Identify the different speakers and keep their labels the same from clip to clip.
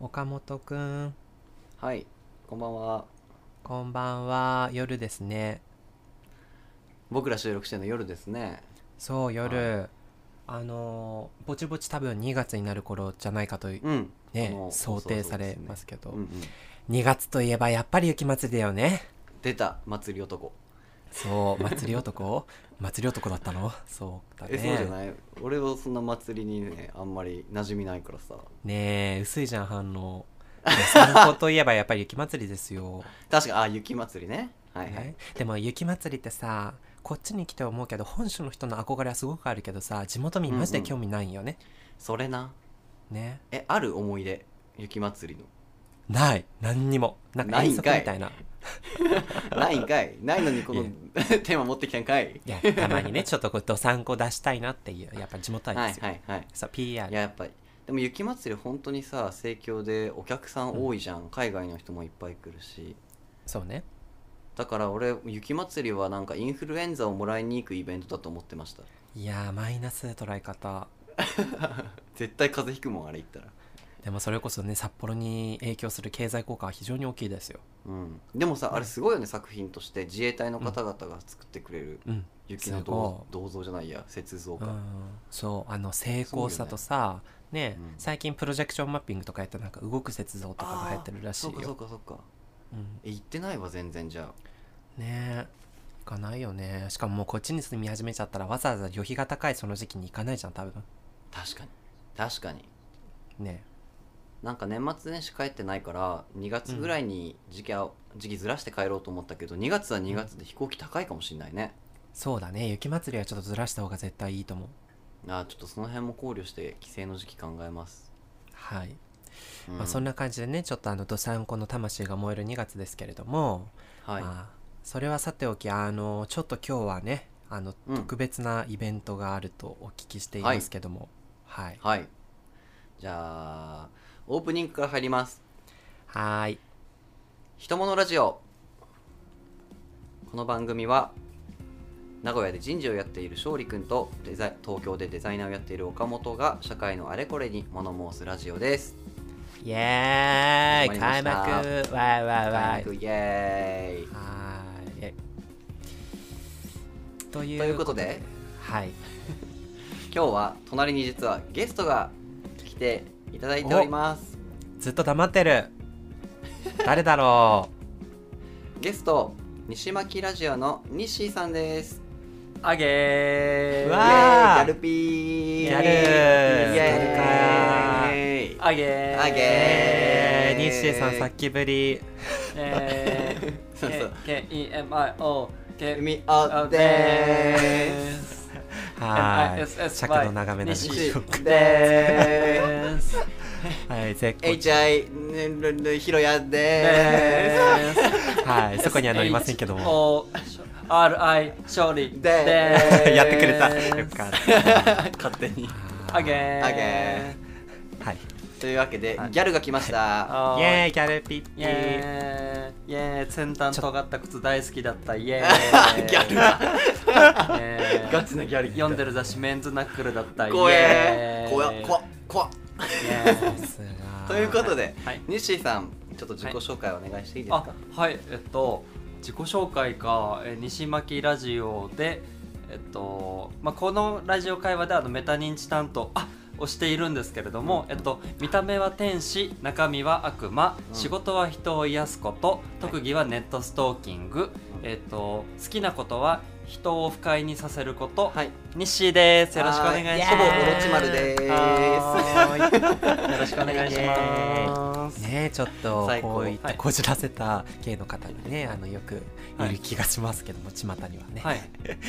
Speaker 1: 岡本くん、
Speaker 2: はい、こんばんは。
Speaker 1: こんばんは。夜ですね。
Speaker 2: 僕ら収録してるの夜ですね。
Speaker 1: そう、夜。あのー、ぼちぼち多分2月になる頃じゃないかとい
Speaker 2: うん。
Speaker 1: ね
Speaker 2: この、
Speaker 1: 想定されますけ
Speaker 2: う
Speaker 1: ど
Speaker 2: んう。ん。
Speaker 1: 2月といえばやっぱり雪祭りだよね。
Speaker 2: 出た祭り男。
Speaker 1: そう、祭り男祭り男だったのそうだ
Speaker 2: え、そうじゃ
Speaker 1: ね。
Speaker 2: ない。俺はそんな祭りにね、あんまり馴染みないからさ。ね
Speaker 1: ねえ、薄いじゃん、反応。ね散歩といえばやっぱり雪祭りですよ。
Speaker 2: 確かにあ雪祭りね。はいはい。
Speaker 1: ね、でも雪祭りってさこっちに来て思うけど本州の人の憧れはすごくあるけどさ地元民マジで興味ないんよね、
Speaker 2: それな。
Speaker 1: ね
Speaker 2: え、ある思い出。雪祭り
Speaker 1: ない何にもなんか
Speaker 2: ない
Speaker 1: 遠
Speaker 2: ん
Speaker 1: 足
Speaker 2: かい
Speaker 1: みたいな
Speaker 2: の。 ないんかい。ないのにこの テーマ持ってきたんかい。
Speaker 1: いやたまに ねちょっとこうどさんこ出したいなっていうやっぱ地元
Speaker 2: は
Speaker 1: 愛
Speaker 2: いは
Speaker 1: ですよ、
Speaker 2: いはい。
Speaker 1: そう
Speaker 2: い
Speaker 1: PR
Speaker 2: ややっぱりでも雪祭り本当にさ盛況でお客さん多いじゃん、海外の人もいっぱい来るし
Speaker 1: そうね
Speaker 2: だから俺雪祭りはなんかインフルエンザをもらいに行くイベントだと思ってました
Speaker 1: いやーマイナス捉え方
Speaker 2: 絶対風邪ひくもんあれ行ったら
Speaker 1: でもそれこそね札幌に影響する経済効果は非常に大きいですよ
Speaker 2: うんでもさあれすごいよね、作品として自衛隊の方々が作ってくれる
Speaker 1: うん
Speaker 2: 雪の
Speaker 1: すご
Speaker 2: 銅銅像じゃないや雪像
Speaker 1: う
Speaker 2: か、
Speaker 1: ん、そうあの精巧さとさね
Speaker 2: うん
Speaker 1: 最近プロジェクションマッピングとかやってなんか動く雪像とかが流行ってるらしい
Speaker 2: そうかそう
Speaker 1: よ、
Speaker 2: かそうか
Speaker 1: うん、
Speaker 2: え行ってないわ全然じゃ
Speaker 1: ねえ行かないよねしかももうこっちに住み始めちゃったらわざわざ旅費が高いその時期に行かないじゃん多分
Speaker 2: あ確かに確かに
Speaker 1: ね
Speaker 2: なんか年末年始帰ってないから2月ぐらいに時期,、時期ずらして帰ろうと思ったけど2月は2月で飛行機高いかもしんないね、
Speaker 1: そうだね雪祭りはちょっとずらした方が絶対いいと思う
Speaker 2: あーちょっとその辺も考慮して帰省の時期考えます、
Speaker 1: はい、
Speaker 2: うん
Speaker 1: まあ、そんな感じでねちょっとあのどさんこの魂が燃える2月ですけれども、
Speaker 2: はい、
Speaker 1: まあ、それはさておきあのちょっと今日はねあの
Speaker 2: うん
Speaker 1: 特別なイベントがあるとお聞きしていますけども、はい
Speaker 2: はいじゃあオープニングから入ります
Speaker 1: はーい
Speaker 2: 「ひとものラジオ」この番組は名古屋で人事をやっている勝利くんとデザイ東京でデザイナーをやっている岡本が社会のあれこれに物申すラジオです
Speaker 1: イエーイ
Speaker 2: 始ま
Speaker 1: 開
Speaker 2: りました
Speaker 1: 幕わいわいわい
Speaker 2: イエーイ
Speaker 1: はーいとい
Speaker 2: という
Speaker 1: うこ
Speaker 2: こ
Speaker 1: と
Speaker 2: と
Speaker 1: で
Speaker 2: で
Speaker 1: はい
Speaker 2: 今日は隣に実はゲストが来ていただいております
Speaker 1: ずっと黙ってる誰だろ
Speaker 2: ゲスト西巻ラジオの西さんです
Speaker 3: あげ
Speaker 1: う
Speaker 3: ー
Speaker 1: わー
Speaker 2: イエーイギャルピー
Speaker 1: ギャル
Speaker 2: イエーイ
Speaker 3: あげー
Speaker 2: あ
Speaker 1: う
Speaker 2: げ
Speaker 1: え
Speaker 2: ー
Speaker 1: ー、西さんさっきぶり
Speaker 3: えー、
Speaker 2: そうそう
Speaker 3: K- K-E-M-I-O
Speaker 2: エ
Speaker 3: K-M-I-S-S-Y
Speaker 2: ミオで
Speaker 1: はーい尺の長めな
Speaker 3: 西
Speaker 1: でしょうか
Speaker 2: すで
Speaker 3: ーす
Speaker 1: はい絶好
Speaker 2: ー HI ひろやで
Speaker 3: で
Speaker 1: はい
Speaker 3: ーす
Speaker 1: そこには乗りませんけども
Speaker 3: O R-I 勝利
Speaker 2: で
Speaker 3: でーす
Speaker 2: お
Speaker 1: やってくれたよか った
Speaker 2: す勝手に
Speaker 3: あげー
Speaker 2: あげ
Speaker 1: はい
Speaker 2: というわけでギャルが来ました
Speaker 3: あ
Speaker 1: イエーイギャルピッ
Speaker 3: イ
Speaker 1: ピー
Speaker 3: エーイイエーイ先端尖った靴大好きだったイエーイ
Speaker 2: ギャル
Speaker 3: イエーイ
Speaker 2: ガチなギャル
Speaker 3: 読んでる雑誌メンズナックルだった
Speaker 2: 怖
Speaker 3: イ
Speaker 2: え
Speaker 3: エーイ
Speaker 2: 怖っ怖っ怖っ
Speaker 3: イエーイ
Speaker 1: さすが
Speaker 2: ということで、
Speaker 3: はい
Speaker 2: 西井さんちょっと自己紹介お願いしていいですか、
Speaker 3: あはいえっと自己紹介か、えー西巻ラジオでえっと、まあ、このラジオ会話であのメタ認知担当あをしているんですけれども、えっと、見た目は天使中身は悪魔、
Speaker 2: うん
Speaker 3: 仕事は人を癒すこと特技はネットストーキング、えっと、好きなことは人を不快にさせること、
Speaker 2: はい
Speaker 3: 西ですよろしくお願いします
Speaker 2: ほぼオロチマルです
Speaker 3: はーいよろしくお願いします
Speaker 1: ねちょっと
Speaker 2: 最高
Speaker 1: こういっ
Speaker 3: は
Speaker 1: た
Speaker 3: い
Speaker 1: こじらせた系の方にね、あのよくいる気がしますけども、巷にはね。
Speaker 3: はい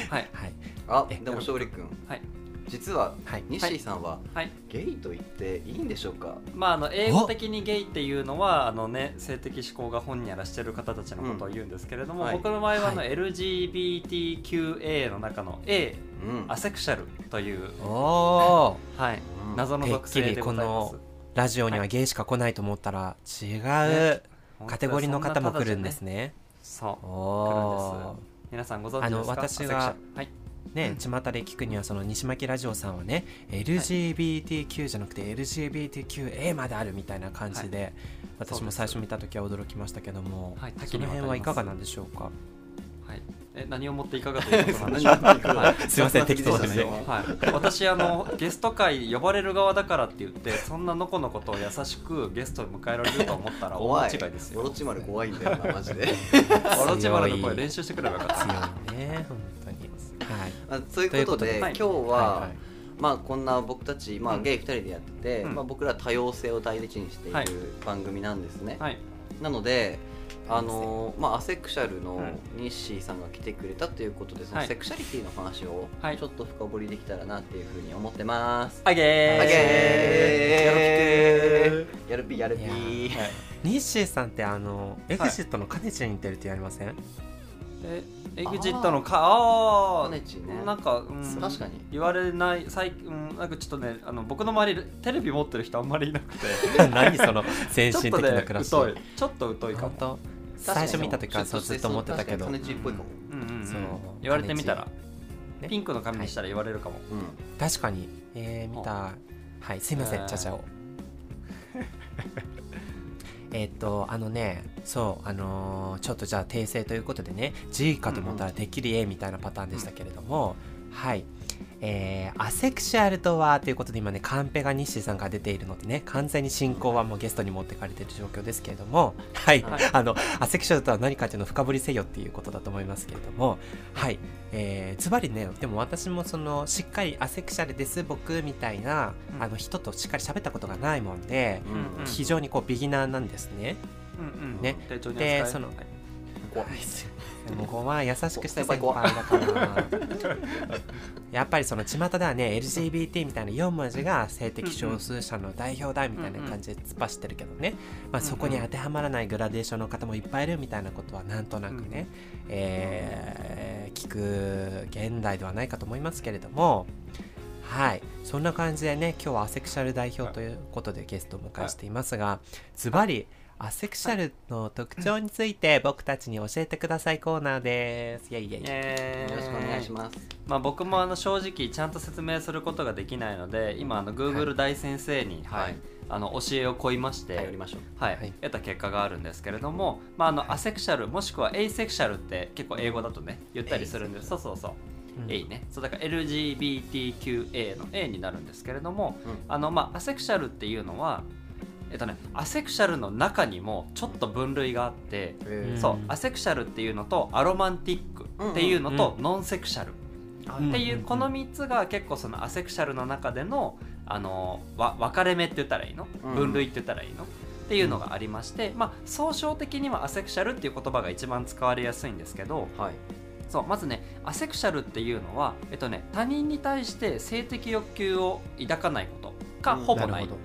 Speaker 3: はい
Speaker 1: はい、
Speaker 2: あ
Speaker 1: え
Speaker 2: でも勝利君
Speaker 3: はい
Speaker 2: 実は
Speaker 1: はい
Speaker 2: 西井さんは
Speaker 3: はい
Speaker 2: ゲイと言っていいんでしょうか、
Speaker 3: まあ、あの英語的にゲイっていうのはあの、ね、性的指向が本にやらしてる方たちのことを言うんですけれど
Speaker 2: う
Speaker 3: も、
Speaker 2: んはい
Speaker 3: 僕の場合はあの、
Speaker 1: はい
Speaker 3: LGBTQA の中の A
Speaker 2: うん
Speaker 3: アセクシャルという、
Speaker 1: おお
Speaker 3: はい、
Speaker 2: うん
Speaker 3: 謎の属性でございます
Speaker 1: てっきりこのラジオにはゲイしか来ないと思ったら違うカテゴリーの方も来るんです
Speaker 3: ね
Speaker 1: ね。
Speaker 3: そ
Speaker 1: お
Speaker 3: う来るん
Speaker 1: お
Speaker 3: です皆さんご存
Speaker 1: あ
Speaker 3: 知で
Speaker 1: の
Speaker 3: すか
Speaker 1: 私
Speaker 3: アセクシ
Speaker 1: が
Speaker 3: ャルはい
Speaker 1: ね、巷で聞くにはその西巻ラジオさんはね LGBTQ じゃなくて LGBTQA まであるみたいな感じで、私も最初見た時は驚きましたけども、
Speaker 3: はい多岐
Speaker 1: そ
Speaker 3: に
Speaker 1: の
Speaker 3: わたります
Speaker 1: 辺はいかがなんでしょうか
Speaker 3: はい、え何を持っていかがということなんでしょう か
Speaker 2: はい
Speaker 1: すいません適当
Speaker 3: そうですよ、はい、私あのゲスト会呼ばれる側だからって言ってそんなのこのことを優しくゲストに迎えられると思ったら
Speaker 2: 怖
Speaker 3: 大
Speaker 2: い
Speaker 3: 間違いです
Speaker 2: オ
Speaker 3: よ
Speaker 2: ロチマル怖いんだよなマジで
Speaker 3: オロチマルの
Speaker 1: 強
Speaker 3: 声
Speaker 1: い
Speaker 3: 練習してくればよかった
Speaker 1: 強いね本当にはい
Speaker 2: あそういう
Speaker 1: と
Speaker 2: ことで
Speaker 1: いうことで
Speaker 2: 今日は、
Speaker 1: はいはい
Speaker 2: まあこんな僕たち、まあ、
Speaker 3: うん
Speaker 2: ゲイ2人でやってて、
Speaker 3: うん
Speaker 2: まあ、僕ら多様性を大事にしている
Speaker 3: はい
Speaker 2: 番組なんですね、
Speaker 3: はい、
Speaker 2: なのであのーまあ、アセクシャルの
Speaker 3: う
Speaker 2: ニッシーさんが来てくれたということでその
Speaker 3: はい
Speaker 2: セクシャリティの話を
Speaker 3: はい
Speaker 2: ちょっと深掘りできたらなっていうふうに思ってます、
Speaker 3: あげー
Speaker 2: あげー
Speaker 3: よろし
Speaker 2: やるぴやるぴ
Speaker 1: い
Speaker 2: ー
Speaker 3: くはい
Speaker 1: ニッシーさんってあのエグジットのカネチに似てるってやりません、
Speaker 3: えエグジットのかあ
Speaker 2: カ
Speaker 3: あ
Speaker 2: ネチね
Speaker 3: なんか、うん、
Speaker 2: 確かに
Speaker 3: 言われない最近、うん、なんかちょっとねあの僕の周りテレビ持ってる人あんまりいなくて
Speaker 1: 何その先
Speaker 3: ちょっ
Speaker 1: 進
Speaker 3: と
Speaker 1: 的な
Speaker 3: ね
Speaker 1: 暮らし
Speaker 3: 疎いちょっと疎いか
Speaker 1: 本
Speaker 3: も、
Speaker 1: 当
Speaker 2: 確
Speaker 1: 最
Speaker 2: かに
Speaker 1: 初見た時からそうずっと思ってたけど
Speaker 2: 確かにカネチっぽいかも、
Speaker 3: うんうんうん
Speaker 1: そう
Speaker 3: 言われてみたら
Speaker 1: 感、ね
Speaker 3: ピンクの髪にしたら言われるかも、
Speaker 2: うん
Speaker 1: 確かにえー、見たはいすいませ
Speaker 3: え
Speaker 1: ん
Speaker 3: ー
Speaker 1: ちゃ ちゃをえーっとあのねそうあのーちょっとじゃあ訂正ということでね G かと思ったらできる A みたいなパターンでしたけれども、はいえーアセクシャルとはということで今ねカンペがニッシーさんが出ているのでね完全に進行はもうゲストに持ってかれてる状況ですけれどもはい、
Speaker 3: はい
Speaker 1: あのアセクシャルとは何かっていうのを深掘りせよっていうことだと思いますけれどもはいえーズバリねでも私もそのしっかりアセクシャルです僕みたいな、
Speaker 3: うん
Speaker 1: あの人としっかり喋ったことがないもんで、
Speaker 2: うん
Speaker 1: 非常にこうビギナーなんですね。
Speaker 3: うんうん
Speaker 1: ね
Speaker 3: 丁重に
Speaker 1: で
Speaker 3: 扱え
Speaker 1: その
Speaker 3: はい
Speaker 2: 怖い
Speaker 1: はいすでもごま優しくした
Speaker 2: 先輩
Speaker 1: 先
Speaker 2: 怖
Speaker 1: 輩だからやっぱりその巷ではね LGBT みたいな4文字が性的少数者の代表だみたいな感じで突っ走ってるけどね、まあ、そこに当てはまらないグラデーションの方もいっぱいいるみたいなことはなんとなくね、えー聞く現代ではないかと思いますけれども。はいそんな感じでね今日はアセクシャル代表ということでゲストをお迎えしていますがズバリアセクシャルの特徴について僕たちに教えてくださいコーナーですイエイイエイ
Speaker 3: イエーイ
Speaker 2: よろしくお願いします、
Speaker 3: まあ、僕もあの正直ちゃんと説明することができないので今あの Google 大先生に、はい
Speaker 2: はい
Speaker 3: あの教えを乞いまして、
Speaker 2: 頼りましょう
Speaker 3: はい
Speaker 1: はい
Speaker 3: 得た結果があるんですけれども、まあ、あのアセクシャルもしくはエイセクシャルって結構英語だとね言ったりするんですそうそうそう、
Speaker 1: うん
Speaker 3: エイねそうだから LGBTQA の A になるんですけれども、
Speaker 2: うん
Speaker 3: あのまあ、アセクシャルっていうのは、えっとね、アセクシャルの中にもちょっと分類があって、
Speaker 1: うん
Speaker 3: そうアセクシャルっていうのとアロマンティックっていうの
Speaker 1: うん
Speaker 3: と
Speaker 1: う
Speaker 3: ノンセクシャル
Speaker 1: ん
Speaker 3: っていうこの3つが結構そのアセクシャルの中でのあのわ分かれ目って言ったらいいの
Speaker 2: うん
Speaker 3: 分類って言ったらいいのっていうのがありまして、まあ、総称的にはアセクシャルっていう言葉が一番使われやすいんですけど
Speaker 2: はい
Speaker 3: そうまずねアセクシャルっていうのは、えっとね、他人に対して性的欲求を抱かないことか
Speaker 2: うん
Speaker 3: ほぼない。
Speaker 1: るほ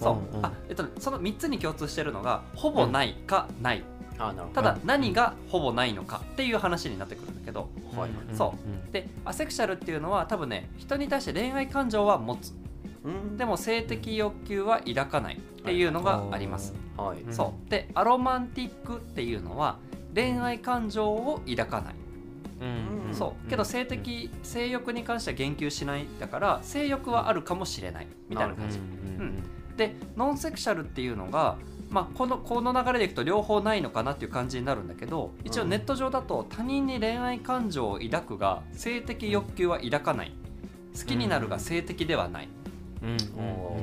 Speaker 3: そう
Speaker 1: うんうん
Speaker 3: あえっとね、その3つに共通してるのがほぼないかない、
Speaker 2: あーなるほ
Speaker 3: た
Speaker 2: ど
Speaker 3: だ何がほぼないのかっていう話になってくるんだけど、
Speaker 1: ど
Speaker 2: はい
Speaker 1: んん
Speaker 3: そ
Speaker 1: ん
Speaker 3: でアセクシャルっていうのは多分ね人に対して恋愛感情は持つ
Speaker 2: うん
Speaker 3: でも性的欲求は抱かないっていうのがあります、
Speaker 2: はい
Speaker 1: うん
Speaker 3: そうでアロマンティックっていうのは恋愛感情を抱かない、
Speaker 1: うんん
Speaker 3: そうけど性
Speaker 1: うん
Speaker 3: 的性欲に関しては言及しないだから性欲はあるかもしれないみたいな
Speaker 1: う
Speaker 3: 感
Speaker 1: ん
Speaker 3: じ、
Speaker 1: うんうん
Speaker 3: でノンセクシャルっていうのが、まあ、このこの流れでいくと両方ないのかなっていう感じになるんだけど一応
Speaker 2: うん
Speaker 3: ネット上だと他人に恋愛感情を抱くが性的欲求は抱かない好きになるが性的ではないっ
Speaker 1: うん
Speaker 2: お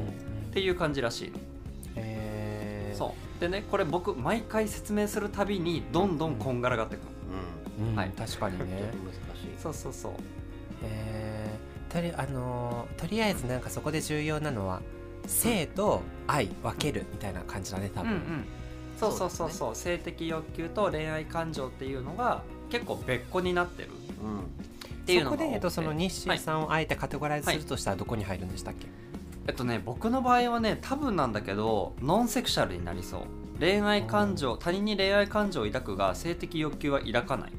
Speaker 2: ー
Speaker 3: ていう感じらしいの、
Speaker 1: えー
Speaker 3: そうでねこれ僕毎回説明するたびにどんどんこんがらがってくる、
Speaker 2: うん
Speaker 1: うん
Speaker 3: はい
Speaker 1: 確かに
Speaker 2: ち ょ
Speaker 1: ね
Speaker 2: っと難しい
Speaker 3: そうそうそう
Speaker 1: えーとりあのーとりあえずなんかそこで重要なのは性と愛分けるみたいな感じだね多
Speaker 3: うんう
Speaker 1: 分
Speaker 3: んそうそうそうそう性的欲求と恋愛感情っていうのが結構別個になってるっ
Speaker 2: うん
Speaker 3: ていうの
Speaker 1: そこ
Speaker 3: が
Speaker 1: で、えっと、その
Speaker 3: に
Speaker 1: 日誌さんをあえてカテゴライズするとしたらどこに入るんでしたっけ、
Speaker 3: えっとね僕の場合はね多分なんだけどノンセクシャルになりそう恋愛感情他人に恋愛感情を抱くが性的欲求は抱かないっ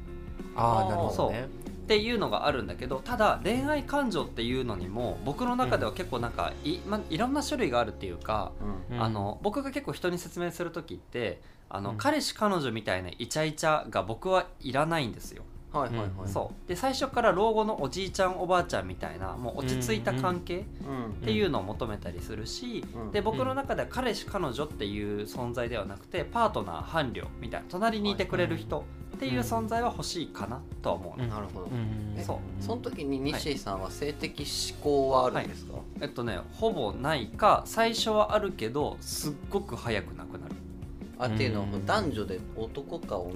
Speaker 1: あ
Speaker 2: あー
Speaker 1: あなるほどね
Speaker 3: ていうのがあるんだけどただ恋愛感情っていうのにも僕の中では結構なんかい,、ま、いろんな種類があるっていうか、
Speaker 2: う
Speaker 1: うん
Speaker 3: あの僕が結構人に説明する時ってあの、
Speaker 1: うん
Speaker 3: 彼氏彼女みたいなイチャイチャが僕はいらないんですよ。
Speaker 2: はいはいはい、
Speaker 1: うん
Speaker 3: そうで最初から老後のおじいちゃんおばあちゃんみたいなもう落ち着いた関係
Speaker 2: うん
Speaker 3: っていうのを求めたりするし、
Speaker 2: うん
Speaker 3: で僕の中では彼氏彼女っていう存在ではなくてパートナー伴侶みたいな隣にいてくれる人っていう存在は欲しいかなとは思うね、
Speaker 1: うん
Speaker 2: なるほど、
Speaker 1: うん
Speaker 2: え
Speaker 3: そう
Speaker 2: その時に西井さんは性的思考はあるんですか、
Speaker 3: えっとねほぼないか最初はあるけどすっごく早くなくなる
Speaker 2: あっていうのは
Speaker 1: うん
Speaker 2: 男女で男か女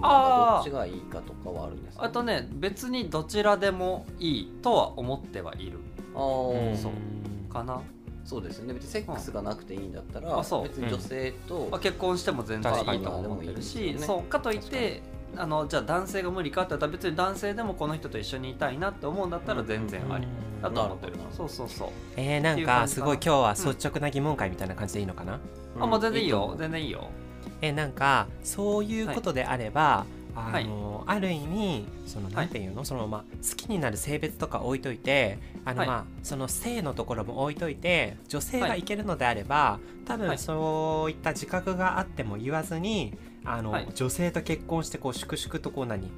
Speaker 2: かど
Speaker 3: あー
Speaker 2: っちがいいかとかはあるんですか
Speaker 3: あとね別にどちらでもいいとは思ってはいる
Speaker 2: あー
Speaker 1: うん
Speaker 2: そう
Speaker 3: かな、
Speaker 2: そうですね別にセックスがなくていいんだったら、
Speaker 3: うんあそう
Speaker 2: 別に女性と、
Speaker 3: まあ、結婚しても全然
Speaker 1: 確か
Speaker 3: い
Speaker 1: に
Speaker 3: いとは思ってるし
Speaker 2: でもいいですよ
Speaker 3: そ
Speaker 2: ね
Speaker 3: うかといってあのじゃあ男性が無理かって言ったら別に男性でもこの人と一緒にいたいなって思うんだったら全然あり
Speaker 1: うん
Speaker 3: だと思ってる
Speaker 2: なるほ
Speaker 3: そうそうそう
Speaker 1: えー、な
Speaker 3: って
Speaker 1: ん
Speaker 3: いう感じか
Speaker 1: か
Speaker 3: な
Speaker 1: すごい今日は率直な疑問会みたいな感じでいいのかな、
Speaker 3: あもう全然いいよ
Speaker 2: うん
Speaker 3: 全然いいよ
Speaker 1: えー、なんかそういうことであれば、
Speaker 3: はい
Speaker 1: あのある意味その
Speaker 3: はい
Speaker 1: なんていうの、そのまあ好きになる性別とか置いといてあの、
Speaker 3: はい
Speaker 1: まあその性のところも置いといて女性が
Speaker 3: はい
Speaker 1: いけるのであれば、多
Speaker 3: は
Speaker 1: 分
Speaker 3: い
Speaker 1: そういった自覚があっても言わずにあの、
Speaker 3: はい
Speaker 1: 女性と結婚してこう粛々とこう何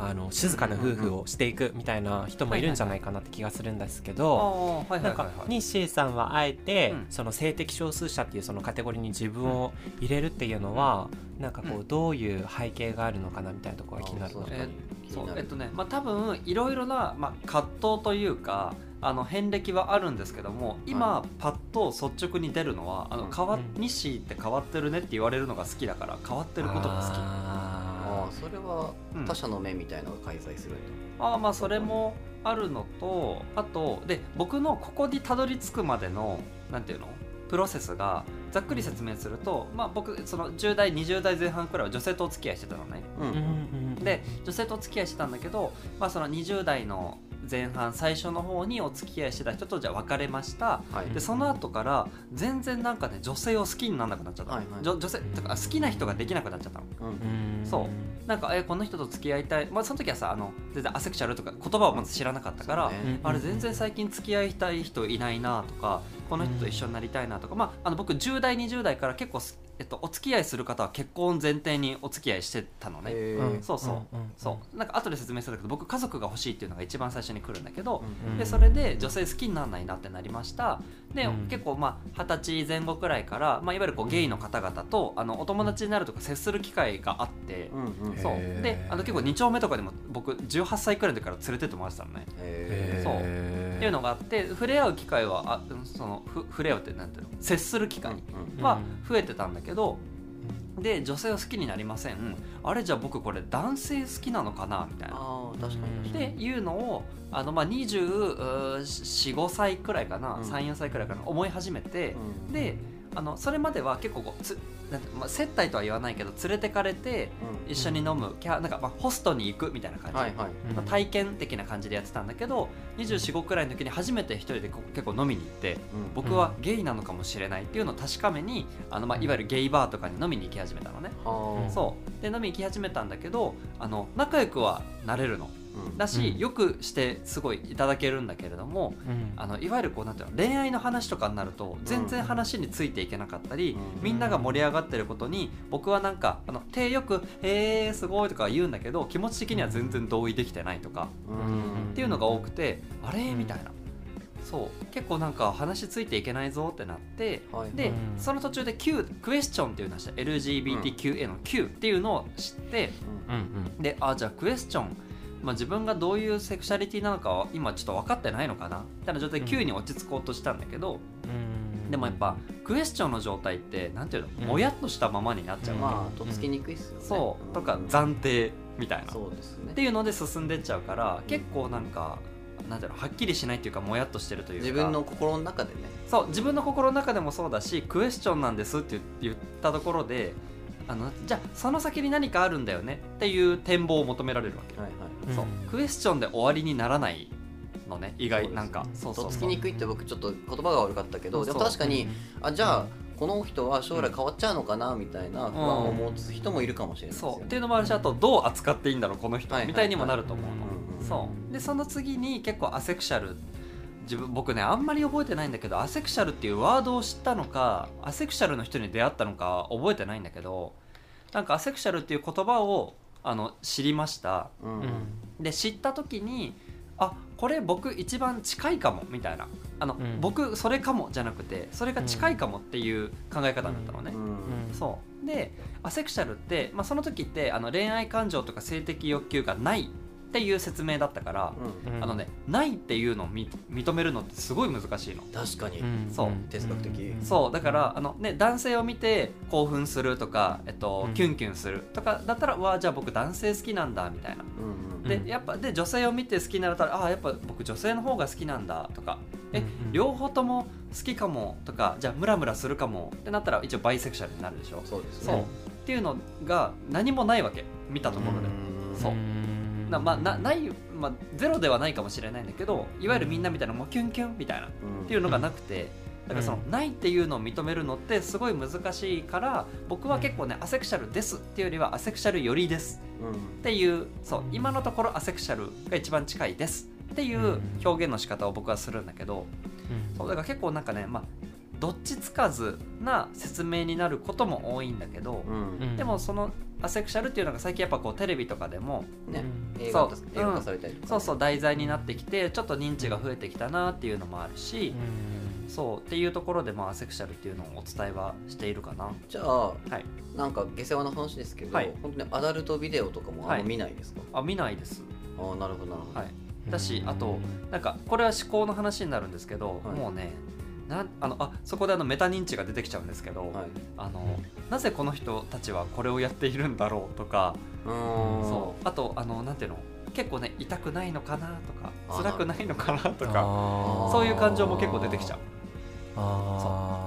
Speaker 1: あの静かな夫婦をしていくみたいな人もいるんじゃないかなって気がするんですけど、
Speaker 3: ああはいはいは
Speaker 1: ないんか
Speaker 3: はい
Speaker 1: ニッシーさんはあえて、
Speaker 3: うん
Speaker 1: その性的少数者っていうそのカテゴリーに自分を入れるっていうのは、なんかこうどういう背景があるのかなみたいなところが気になる
Speaker 2: あ
Speaker 1: の
Speaker 2: ー
Speaker 3: え
Speaker 2: そ
Speaker 3: そうう
Speaker 2: だ
Speaker 3: えっとねまあ多分いろいろな、まあ、葛藤というかあの遍歴はあるんですけども今、パッと率直に出るのはあ
Speaker 2: う
Speaker 3: の
Speaker 2: ん
Speaker 3: 変わ、
Speaker 1: うん
Speaker 3: 西って変わってるねって言われるのが好きだから変わってることが好き
Speaker 2: あ
Speaker 1: あ
Speaker 2: ーそれは
Speaker 3: うん
Speaker 2: 他者の目みたいのが介在するんだ、
Speaker 3: あーまあそれもあるのとあとで僕のここにたどり着くまでのなんていうのプロセスがざっくり説明すると、まあ、僕その10代20代前半くらいは女性とお付き合いしてたのね
Speaker 1: ーうんうんうん
Speaker 3: で女性とお付き合いしてたんだけど、まあ、その20代の前半最初の方にお付き合いしてた人とじゃあ別れました
Speaker 2: はい
Speaker 3: でその後から全然なんかね女性を好きにならなくなっちゃったの、
Speaker 2: はいはい
Speaker 3: じょ女性てか好きな人ができなくなっちゃったの
Speaker 2: うん
Speaker 1: うん
Speaker 3: そうなんかえこの人と付き合いたい、まあ、その時はさあの全然アセクシャルとか言葉をまず知らなかったから、
Speaker 2: そう
Speaker 1: うん
Speaker 2: ね
Speaker 3: あれ全然最近付き合いたい人いないなとかこの人と一緒になりたいなとか、まあ、あの僕10代20代から結構す、えっと、お付き合いする方は結婚前提にお付き合いしてたのね、
Speaker 2: へー
Speaker 1: うん
Speaker 3: そうそう
Speaker 1: うんうん
Speaker 3: そうなんか後で説明するんだけど僕家族が欲しいっていうのが一番最初に来るんだけど、
Speaker 1: うん
Speaker 3: でそれで女性好きにならないなってなりましたで、
Speaker 1: うん
Speaker 3: 結構まあ二十歳前後くらいから、まあ、いわゆるこうゲイの方々とあのお友達になるとか接する機会があって、
Speaker 2: うんうん
Speaker 1: へー
Speaker 3: そうであの結構2丁目とかでも僕18歳くらいの時から連れてってもらってたのね
Speaker 2: へー
Speaker 3: そう
Speaker 1: っ
Speaker 3: っていうのがあって触れ合う機会はあうんそのふ触れ合うってなんていうの接する機会
Speaker 2: うん
Speaker 3: は増えてたんだけど、で女性を好きになりませんあれじゃあ僕これ男性好きなのかなみたいな。
Speaker 2: あー確かに確かに
Speaker 3: っていうのをあの、まあ、245歳くらいかな、
Speaker 2: うん
Speaker 3: 34歳くらいかな思い始めて、
Speaker 2: うん
Speaker 3: であのそれまでは結構こうつなんてまあ、接待とは言わないけど連れてかれて
Speaker 2: うん
Speaker 3: 一緒に飲むキャなんか、まあ、ホストに行くみたいな感じ、
Speaker 2: はいはい
Speaker 3: まあ体験的な感じでやってたんだけど245くらいの時に初めて一人でこ結構飲みに行って
Speaker 2: うん
Speaker 3: 僕はゲイなのかもしれないっていうのを確かめにあの、まあ、いわゆるゲイバーとかに飲みに行き始めたのね、
Speaker 2: あー
Speaker 3: そうで飲みに行き始めたんだけどあの仲良くはなれるのだし、
Speaker 1: うん
Speaker 3: よくしてすごいいただけるんだけれども
Speaker 1: うん
Speaker 3: あのいわゆるこうなんていうの恋愛の話とかになると全然話についていけなかったり、
Speaker 2: うん
Speaker 3: みんなが盛り上がってることに僕はなんかあの手よく「えー、すごい」とか言うんだけど気持ち的には全然同意できてないとか
Speaker 2: うん
Speaker 1: うん
Speaker 3: っていうのが多くて、あれ
Speaker 1: うん
Speaker 3: みたいな。そう結構なんか話ついていけないぞってなって、
Speaker 2: はい
Speaker 3: で、
Speaker 1: うん
Speaker 3: その途中で Q クエスチョンっていうのをした LGBTQA の Q っていうのを知って、
Speaker 1: うんうん
Speaker 3: であじゃあクエスチョン、まあ、自分がどういうセクシャリティなのかは今ちょっと分かってないのかなみたいな状態
Speaker 1: う
Speaker 3: で
Speaker 1: ん
Speaker 3: Q に落ち着こうとしたんだけど、
Speaker 1: うん
Speaker 3: でもやっぱクエスチョンの状態ってなんていうの、
Speaker 1: うん
Speaker 3: もやっとしたままになっちゃう、
Speaker 1: うん
Speaker 2: まあとっつきにくいっすよね
Speaker 3: そう、
Speaker 2: ん
Speaker 3: とか暫定みたいなっ
Speaker 2: そうですね
Speaker 3: ていうので進んでっちゃうから結構なんか。なんていうのはっきりしないっていうかもやっとしてるというか
Speaker 2: 自分の心の中でね
Speaker 3: そう自分の心の中でもそうだしクエスチョンなんですって言ったところであのじゃあその先に何かあるんだよねっていう展望を求められるわけ、
Speaker 2: はいはい
Speaker 3: そう
Speaker 1: うん
Speaker 3: クエスチョンで終わりにならないのね意
Speaker 2: そう
Speaker 3: 外
Speaker 2: です
Speaker 3: なんかそう
Speaker 2: と
Speaker 3: そ
Speaker 2: っ
Speaker 3: う
Speaker 2: つ
Speaker 3: そ
Speaker 2: き
Speaker 3: う
Speaker 2: にくいって僕ちょっと言葉が悪かったけど
Speaker 3: そ
Speaker 2: で
Speaker 3: う
Speaker 2: も
Speaker 3: そう
Speaker 2: 確かにあじゃ
Speaker 1: う
Speaker 2: あ
Speaker 1: ん
Speaker 2: この人は将来変わっちゃうのかなみたいな不安を持つ人もいるかもしれないですよ
Speaker 3: そう
Speaker 2: ね
Speaker 3: っていうのもあるしあとどう扱っていいんだろうこの人
Speaker 2: はいはいはい
Speaker 3: みたいにもなると思うの
Speaker 2: うん
Speaker 3: そうでその次に結構アセクシャル自分僕ねあんまり覚えてないんだけどアセクシャルっていうワードを知ったのかアセクシャルの人に出会ったのか覚えてないんだけどなんかアセクシャルっていう言葉をあの知りました
Speaker 2: うん
Speaker 1: うん
Speaker 3: で知った時にあこれ僕一番近いかもみたいなあの、
Speaker 1: うん
Speaker 3: 僕それかもじゃなくてそれが近いかもっていう考え方だったのね、
Speaker 1: うん
Speaker 3: そうでアセクシャルって、まあ、その時ってあの恋愛感情とか性的欲求がないっていう説明だったから、
Speaker 2: うん
Speaker 1: うん
Speaker 3: あのねないっていうのをみ認めるのってすごい難しいの。
Speaker 2: 確かに、
Speaker 1: うん
Speaker 3: そうん
Speaker 2: 哲学的
Speaker 1: ん
Speaker 3: そうだからあの、ね、男性を見て興奮するとか、えっと
Speaker 1: うん
Speaker 3: キュンキュンするとかだったら「うわあじゃあ僕男性好きなんだ」みたいな。
Speaker 2: うん
Speaker 3: で
Speaker 1: うん
Speaker 3: やっぱで女性を見て好きになれたら「ああやっぱ僕女性の方が好きなんだ」とか「え
Speaker 1: うん
Speaker 3: 両方とも好きかも」とか「じゃあムラムラするかも」ってなったら一応バイセクシャルになるでしょ。
Speaker 2: そうです
Speaker 3: そう
Speaker 2: ね
Speaker 3: っていうのが何もないわけ見たところで。
Speaker 2: うん
Speaker 3: そう
Speaker 1: うん
Speaker 3: なまあ、なない、まあ、ゼロではないかもしれないんだけどいわゆるみんなみたいなもうキュンキュンみたいなっていうのがなくて、だからその、
Speaker 1: う
Speaker 3: ないっていうのを認めるのってすごい難しいから僕は結構ね、アセクシャルですっていうよりはアセクシャルよりです
Speaker 2: うん
Speaker 3: っていうそう今のところアセクシャルが一番近いですっていう表現の仕方を僕はするんだけど
Speaker 1: うん
Speaker 3: そうだから結構なんかね、まあ、どっちつかずな説明になることも多いんだけど、
Speaker 2: うん
Speaker 1: うん
Speaker 3: でもそのアセクシャルっていうのが最近やっぱこうテレビとかでも
Speaker 2: ね
Speaker 1: うん
Speaker 2: 映画化
Speaker 3: そう
Speaker 2: 映画化されたりとかね
Speaker 3: そうそう題材になってきてちょっと認知が増えてきたなっていうのもあるし、そうっていうところでまあアセクシャルっていうのをお伝えはしているかな
Speaker 2: じゃあ
Speaker 3: はい
Speaker 2: なんか下世話の話ですけど、
Speaker 3: はい
Speaker 2: 本当にアダルトビデオとかもあん
Speaker 3: は
Speaker 2: ま
Speaker 3: い
Speaker 2: 見ないですか、
Speaker 3: あ見ないです
Speaker 2: ああなるほどなるほど、
Speaker 3: はいだしあとなんかこれは思考の話になるんですけど、
Speaker 2: はい
Speaker 3: もうねなんあのあそこであのメタ認知が出てきちゃうんですけど、
Speaker 2: はい
Speaker 3: あのなぜこの人たちはこれをやっているんだろうとか、
Speaker 2: うーん
Speaker 3: そうあとあのなんていうの結構ね痛くないのかなとか
Speaker 2: あ
Speaker 3: 辛くないのかなとか
Speaker 1: か
Speaker 3: そういう感情も結構出てきちゃう。
Speaker 1: あ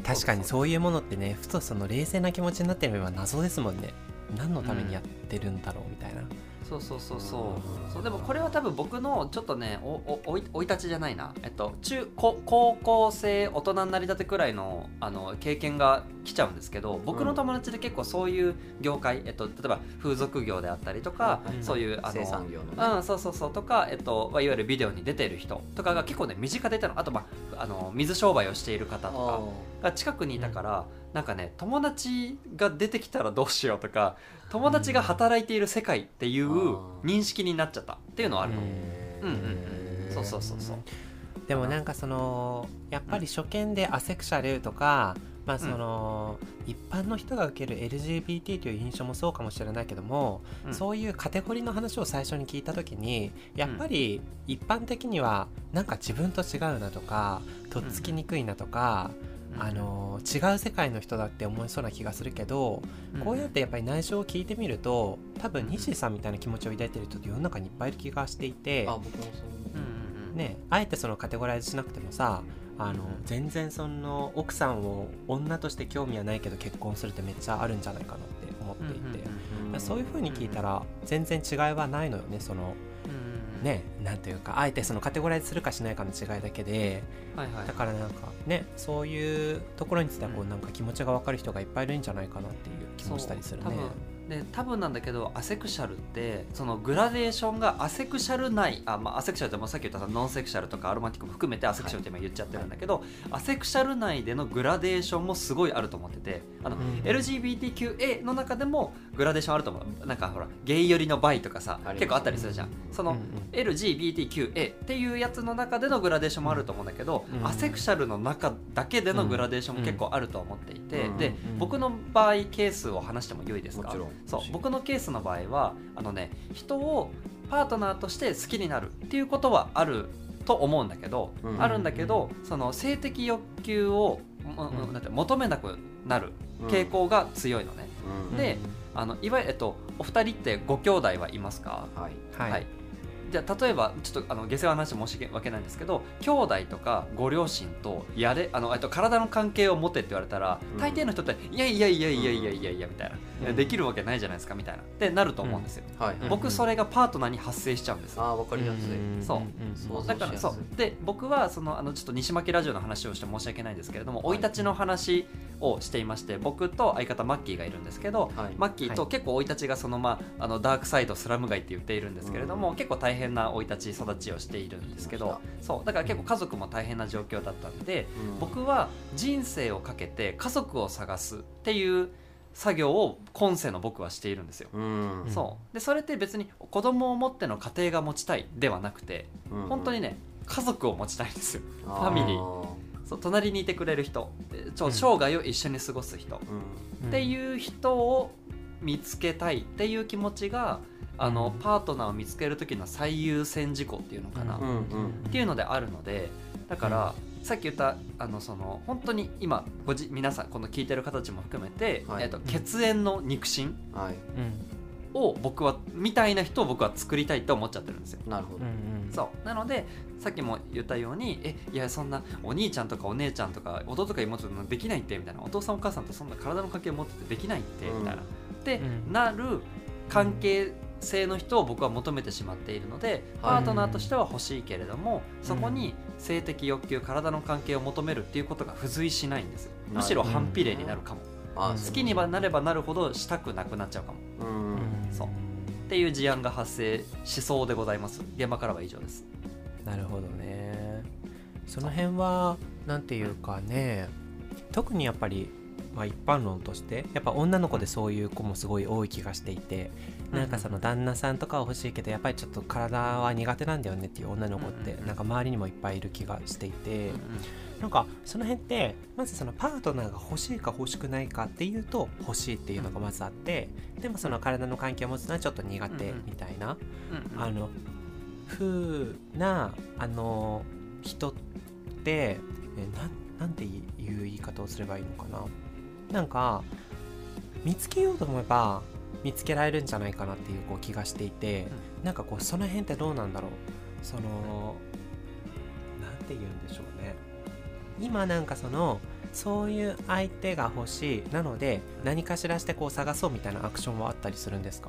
Speaker 1: ー確かにそういうものってねふとその冷静な気持ちになってみれば謎ですもんね何のためにやってるんだろうみたいな、
Speaker 3: そうそうそうそ
Speaker 2: うん
Speaker 3: うそうでもこれは多分僕のちょっとねおおおい生い立ちじゃないな、えっと、中高高校生大人になりたてくらいのあの経験が来ちゃうんですけど僕の友達で結構そういう業界、えっと、例えば風俗業であったりとか、
Speaker 1: うん
Speaker 3: そういうあ
Speaker 2: 生
Speaker 3: の
Speaker 2: 産業のね、
Speaker 3: うん、そうそうそうとか、えっと、まあいわゆるビデオに出てる人とかが結構ね身近でいたのあと、まあ、あの水商売をしている方とかが近くにいたから、なんかね友達が出てきたらどうしようとか友達が働いている世界っていう認識になっちゃったっていうのはあるの、うんうんうんそうそうそうそう
Speaker 1: でもなんかそのやっぱり初見でアセクシャルとか、まあその一般の人が受ける LGBT という印象もそうかもしれないけども、
Speaker 3: うん
Speaker 1: そういうカテゴリーの話を最初に聞いた時にやっぱり一般的にはなんか自分と違うなとかとっつきにくいなとか、あの違う世界の人だって思いそうな気がするけど、こうやってやっぱり内緒を聞いてみると多分西井さんみたいな気持ちを抱いてる人って世の中にいっぱいいる気がしていて。
Speaker 2: あ僕もそう
Speaker 3: うんうんうん
Speaker 1: ね、あえてそのカテゴライズしなくてもさあの全然その奥さんを女として興味はないけど結婚するってめっちゃあるんじゃないかなって思っていて、
Speaker 3: うんうんうん
Speaker 1: だからそういう風に聞いたら全然違いはないのよねその
Speaker 3: うんうん
Speaker 1: ねなんというかあえてそのカテゴライズするかしないかの違いだけで
Speaker 3: はいはい
Speaker 1: だからなんかねそういうところについてはこう
Speaker 3: うん
Speaker 1: なんか気持ちが分かる人がいっぱいいるんじゃないかなっていう気もしたりするね
Speaker 3: そう多。分で多分なんだけどアセクシャルってそのグラデーションがアセクシャル内あ、まあ、アセクシャルってもうさっき言ったさノンセクシャルとかアロマティックも含めてアセクシャルって今言っちゃってるんだけど、アセクシャル内でのグラデーションもすごいあると思っててあの、
Speaker 1: うん
Speaker 3: LGBTQA の中でもグラデーションあると思うなんかほらゲイ寄りのバイとかさ
Speaker 2: あります
Speaker 3: 結構あったりするじゃんその、
Speaker 1: うんうん
Speaker 3: LGBTQA っていうやつの中でのグラデーションもあると思うんだけど、
Speaker 1: うん
Speaker 3: アセクシャルの中だけでのグラデーションも結構あると思っていて、
Speaker 2: うん
Speaker 3: で、
Speaker 1: うん
Speaker 3: 僕の場合ケースを話しても良いです
Speaker 2: も
Speaker 3: か
Speaker 2: ちろん
Speaker 3: そう僕のケースの場合はあのね人をパートナーとして好きになるっていうことはあると思うんだけど、
Speaker 2: うん
Speaker 3: あるんだけどその性的欲求を、も
Speaker 1: うん
Speaker 3: なんて求めなくなる傾、向が強いのね、
Speaker 2: うん
Speaker 3: であのいわゆる、えっと、お二人ってご兄弟はいますか
Speaker 2: うんはい
Speaker 1: はい、
Speaker 3: じゃあ例えばちょっとあの下世話の話申し訳ないんですけど兄弟とかご両親とやれあのえっと体の関係を持てって言われたら、
Speaker 2: うん
Speaker 3: 大抵の人っていやいやいやいやいやいやいやみたいな、
Speaker 1: うん
Speaker 3: できるわけないじゃないですかみたいなってなると思うんですよ、
Speaker 2: はい、はい
Speaker 1: ん
Speaker 3: 僕それがパートナーに発生しちゃうんです、
Speaker 2: ああわかりやすい、
Speaker 3: そう
Speaker 2: 想像し
Speaker 3: だ
Speaker 2: やすい
Speaker 3: からそうで僕はそのあのちょっと西巻ラジオの話をして申し訳ないんですけれども生い立ちの話をしていまして僕と相方マッキーがいるんですけど、
Speaker 2: はい
Speaker 3: マッキーと結構生い立ちがその、まあ、あのダークサイドスラム街って言っているんですけれども、結構大変な生い立ち育ちをしているんですけ
Speaker 2: 言い
Speaker 3: どそうだから結構家族も大変な状況だったんで
Speaker 2: うん
Speaker 3: 僕は人生をかけて家族を探すっていう作業を今世の僕はしているんですよ。
Speaker 2: うん
Speaker 1: ん
Speaker 3: そうでそれって別に子供を持っての家庭が持ちたいではなくて
Speaker 2: うん
Speaker 3: 本当にね家族を持ちたいんですよァミリー
Speaker 2: あ
Speaker 3: そう隣にいてくれる人えちょ
Speaker 1: うん
Speaker 3: 生涯を一緒に過ごす人、
Speaker 2: ーうん
Speaker 3: っていう人を見つけたいっていう気持ちがあの
Speaker 1: うん
Speaker 3: パートナーを見つける時の最優先事項っていうのかな、
Speaker 2: うんうん
Speaker 3: っていうのであるのでだから、さっき言ったあのその本当に今ごじ皆さんこの聞いてる方たちも含めて、
Speaker 2: はい
Speaker 3: えっと血縁の肉親
Speaker 2: はい
Speaker 1: うん
Speaker 3: を僕はみたいな人を僕は作りたいって思っちゃってるんですよ。
Speaker 2: なるほ
Speaker 1: う
Speaker 2: ど
Speaker 1: んうん
Speaker 3: そうなのでさっきも言ったように「えいやそんなお兄ちゃんとかお姉ちゃんとか弟とか妹とかできないって」みたいな「お父さんお母さんとそんな体の関係を持っててできないって」
Speaker 2: うん
Speaker 3: みたいな。で、
Speaker 1: うん
Speaker 3: なる関係性の人を僕は求めてしまっているのでパートナーとしては欲しいけれども、そこに性的欲求体の関係を求めるっていうことが付随しないんですよむしろ反比例になるかも、
Speaker 2: あ
Speaker 1: うん
Speaker 3: 好きにはなればなるほどしたくなくなっちゃうかも
Speaker 2: う
Speaker 1: うんん
Speaker 3: そうっていう事案が発生しそうでございます現場からは以上です
Speaker 1: なるほどねその辺はなんていうかね特にやっぱり、まあ、一般論としてやっぱ女の子でそういう子もすごい多い気がしていて
Speaker 3: うん
Speaker 1: なんかその旦那さんとかは欲しいけどやっぱりちょっと体は苦手なんだよねっていう女の子って
Speaker 3: うんうん
Speaker 1: なんか周りにもいっぱいいる気がしていてなんかその辺ってまずそのパートナーが欲しいか欲しくないかっていうと欲しいっていうのがまずあってでもその体の関係を持つのはちょっと苦手みたいなあの風なあの人ってえなんなんていう言い方をすればいいのかななんか見つけようと思えば見つけられるんじゃないかなっていうこう気がしていて、なんかこうその辺ってどうなんだろうそのなんて言うんでしょうね今なんかそのそういう相手が欲しいなので何かしらしてこう探そうみたいなアクションはあったりするんですか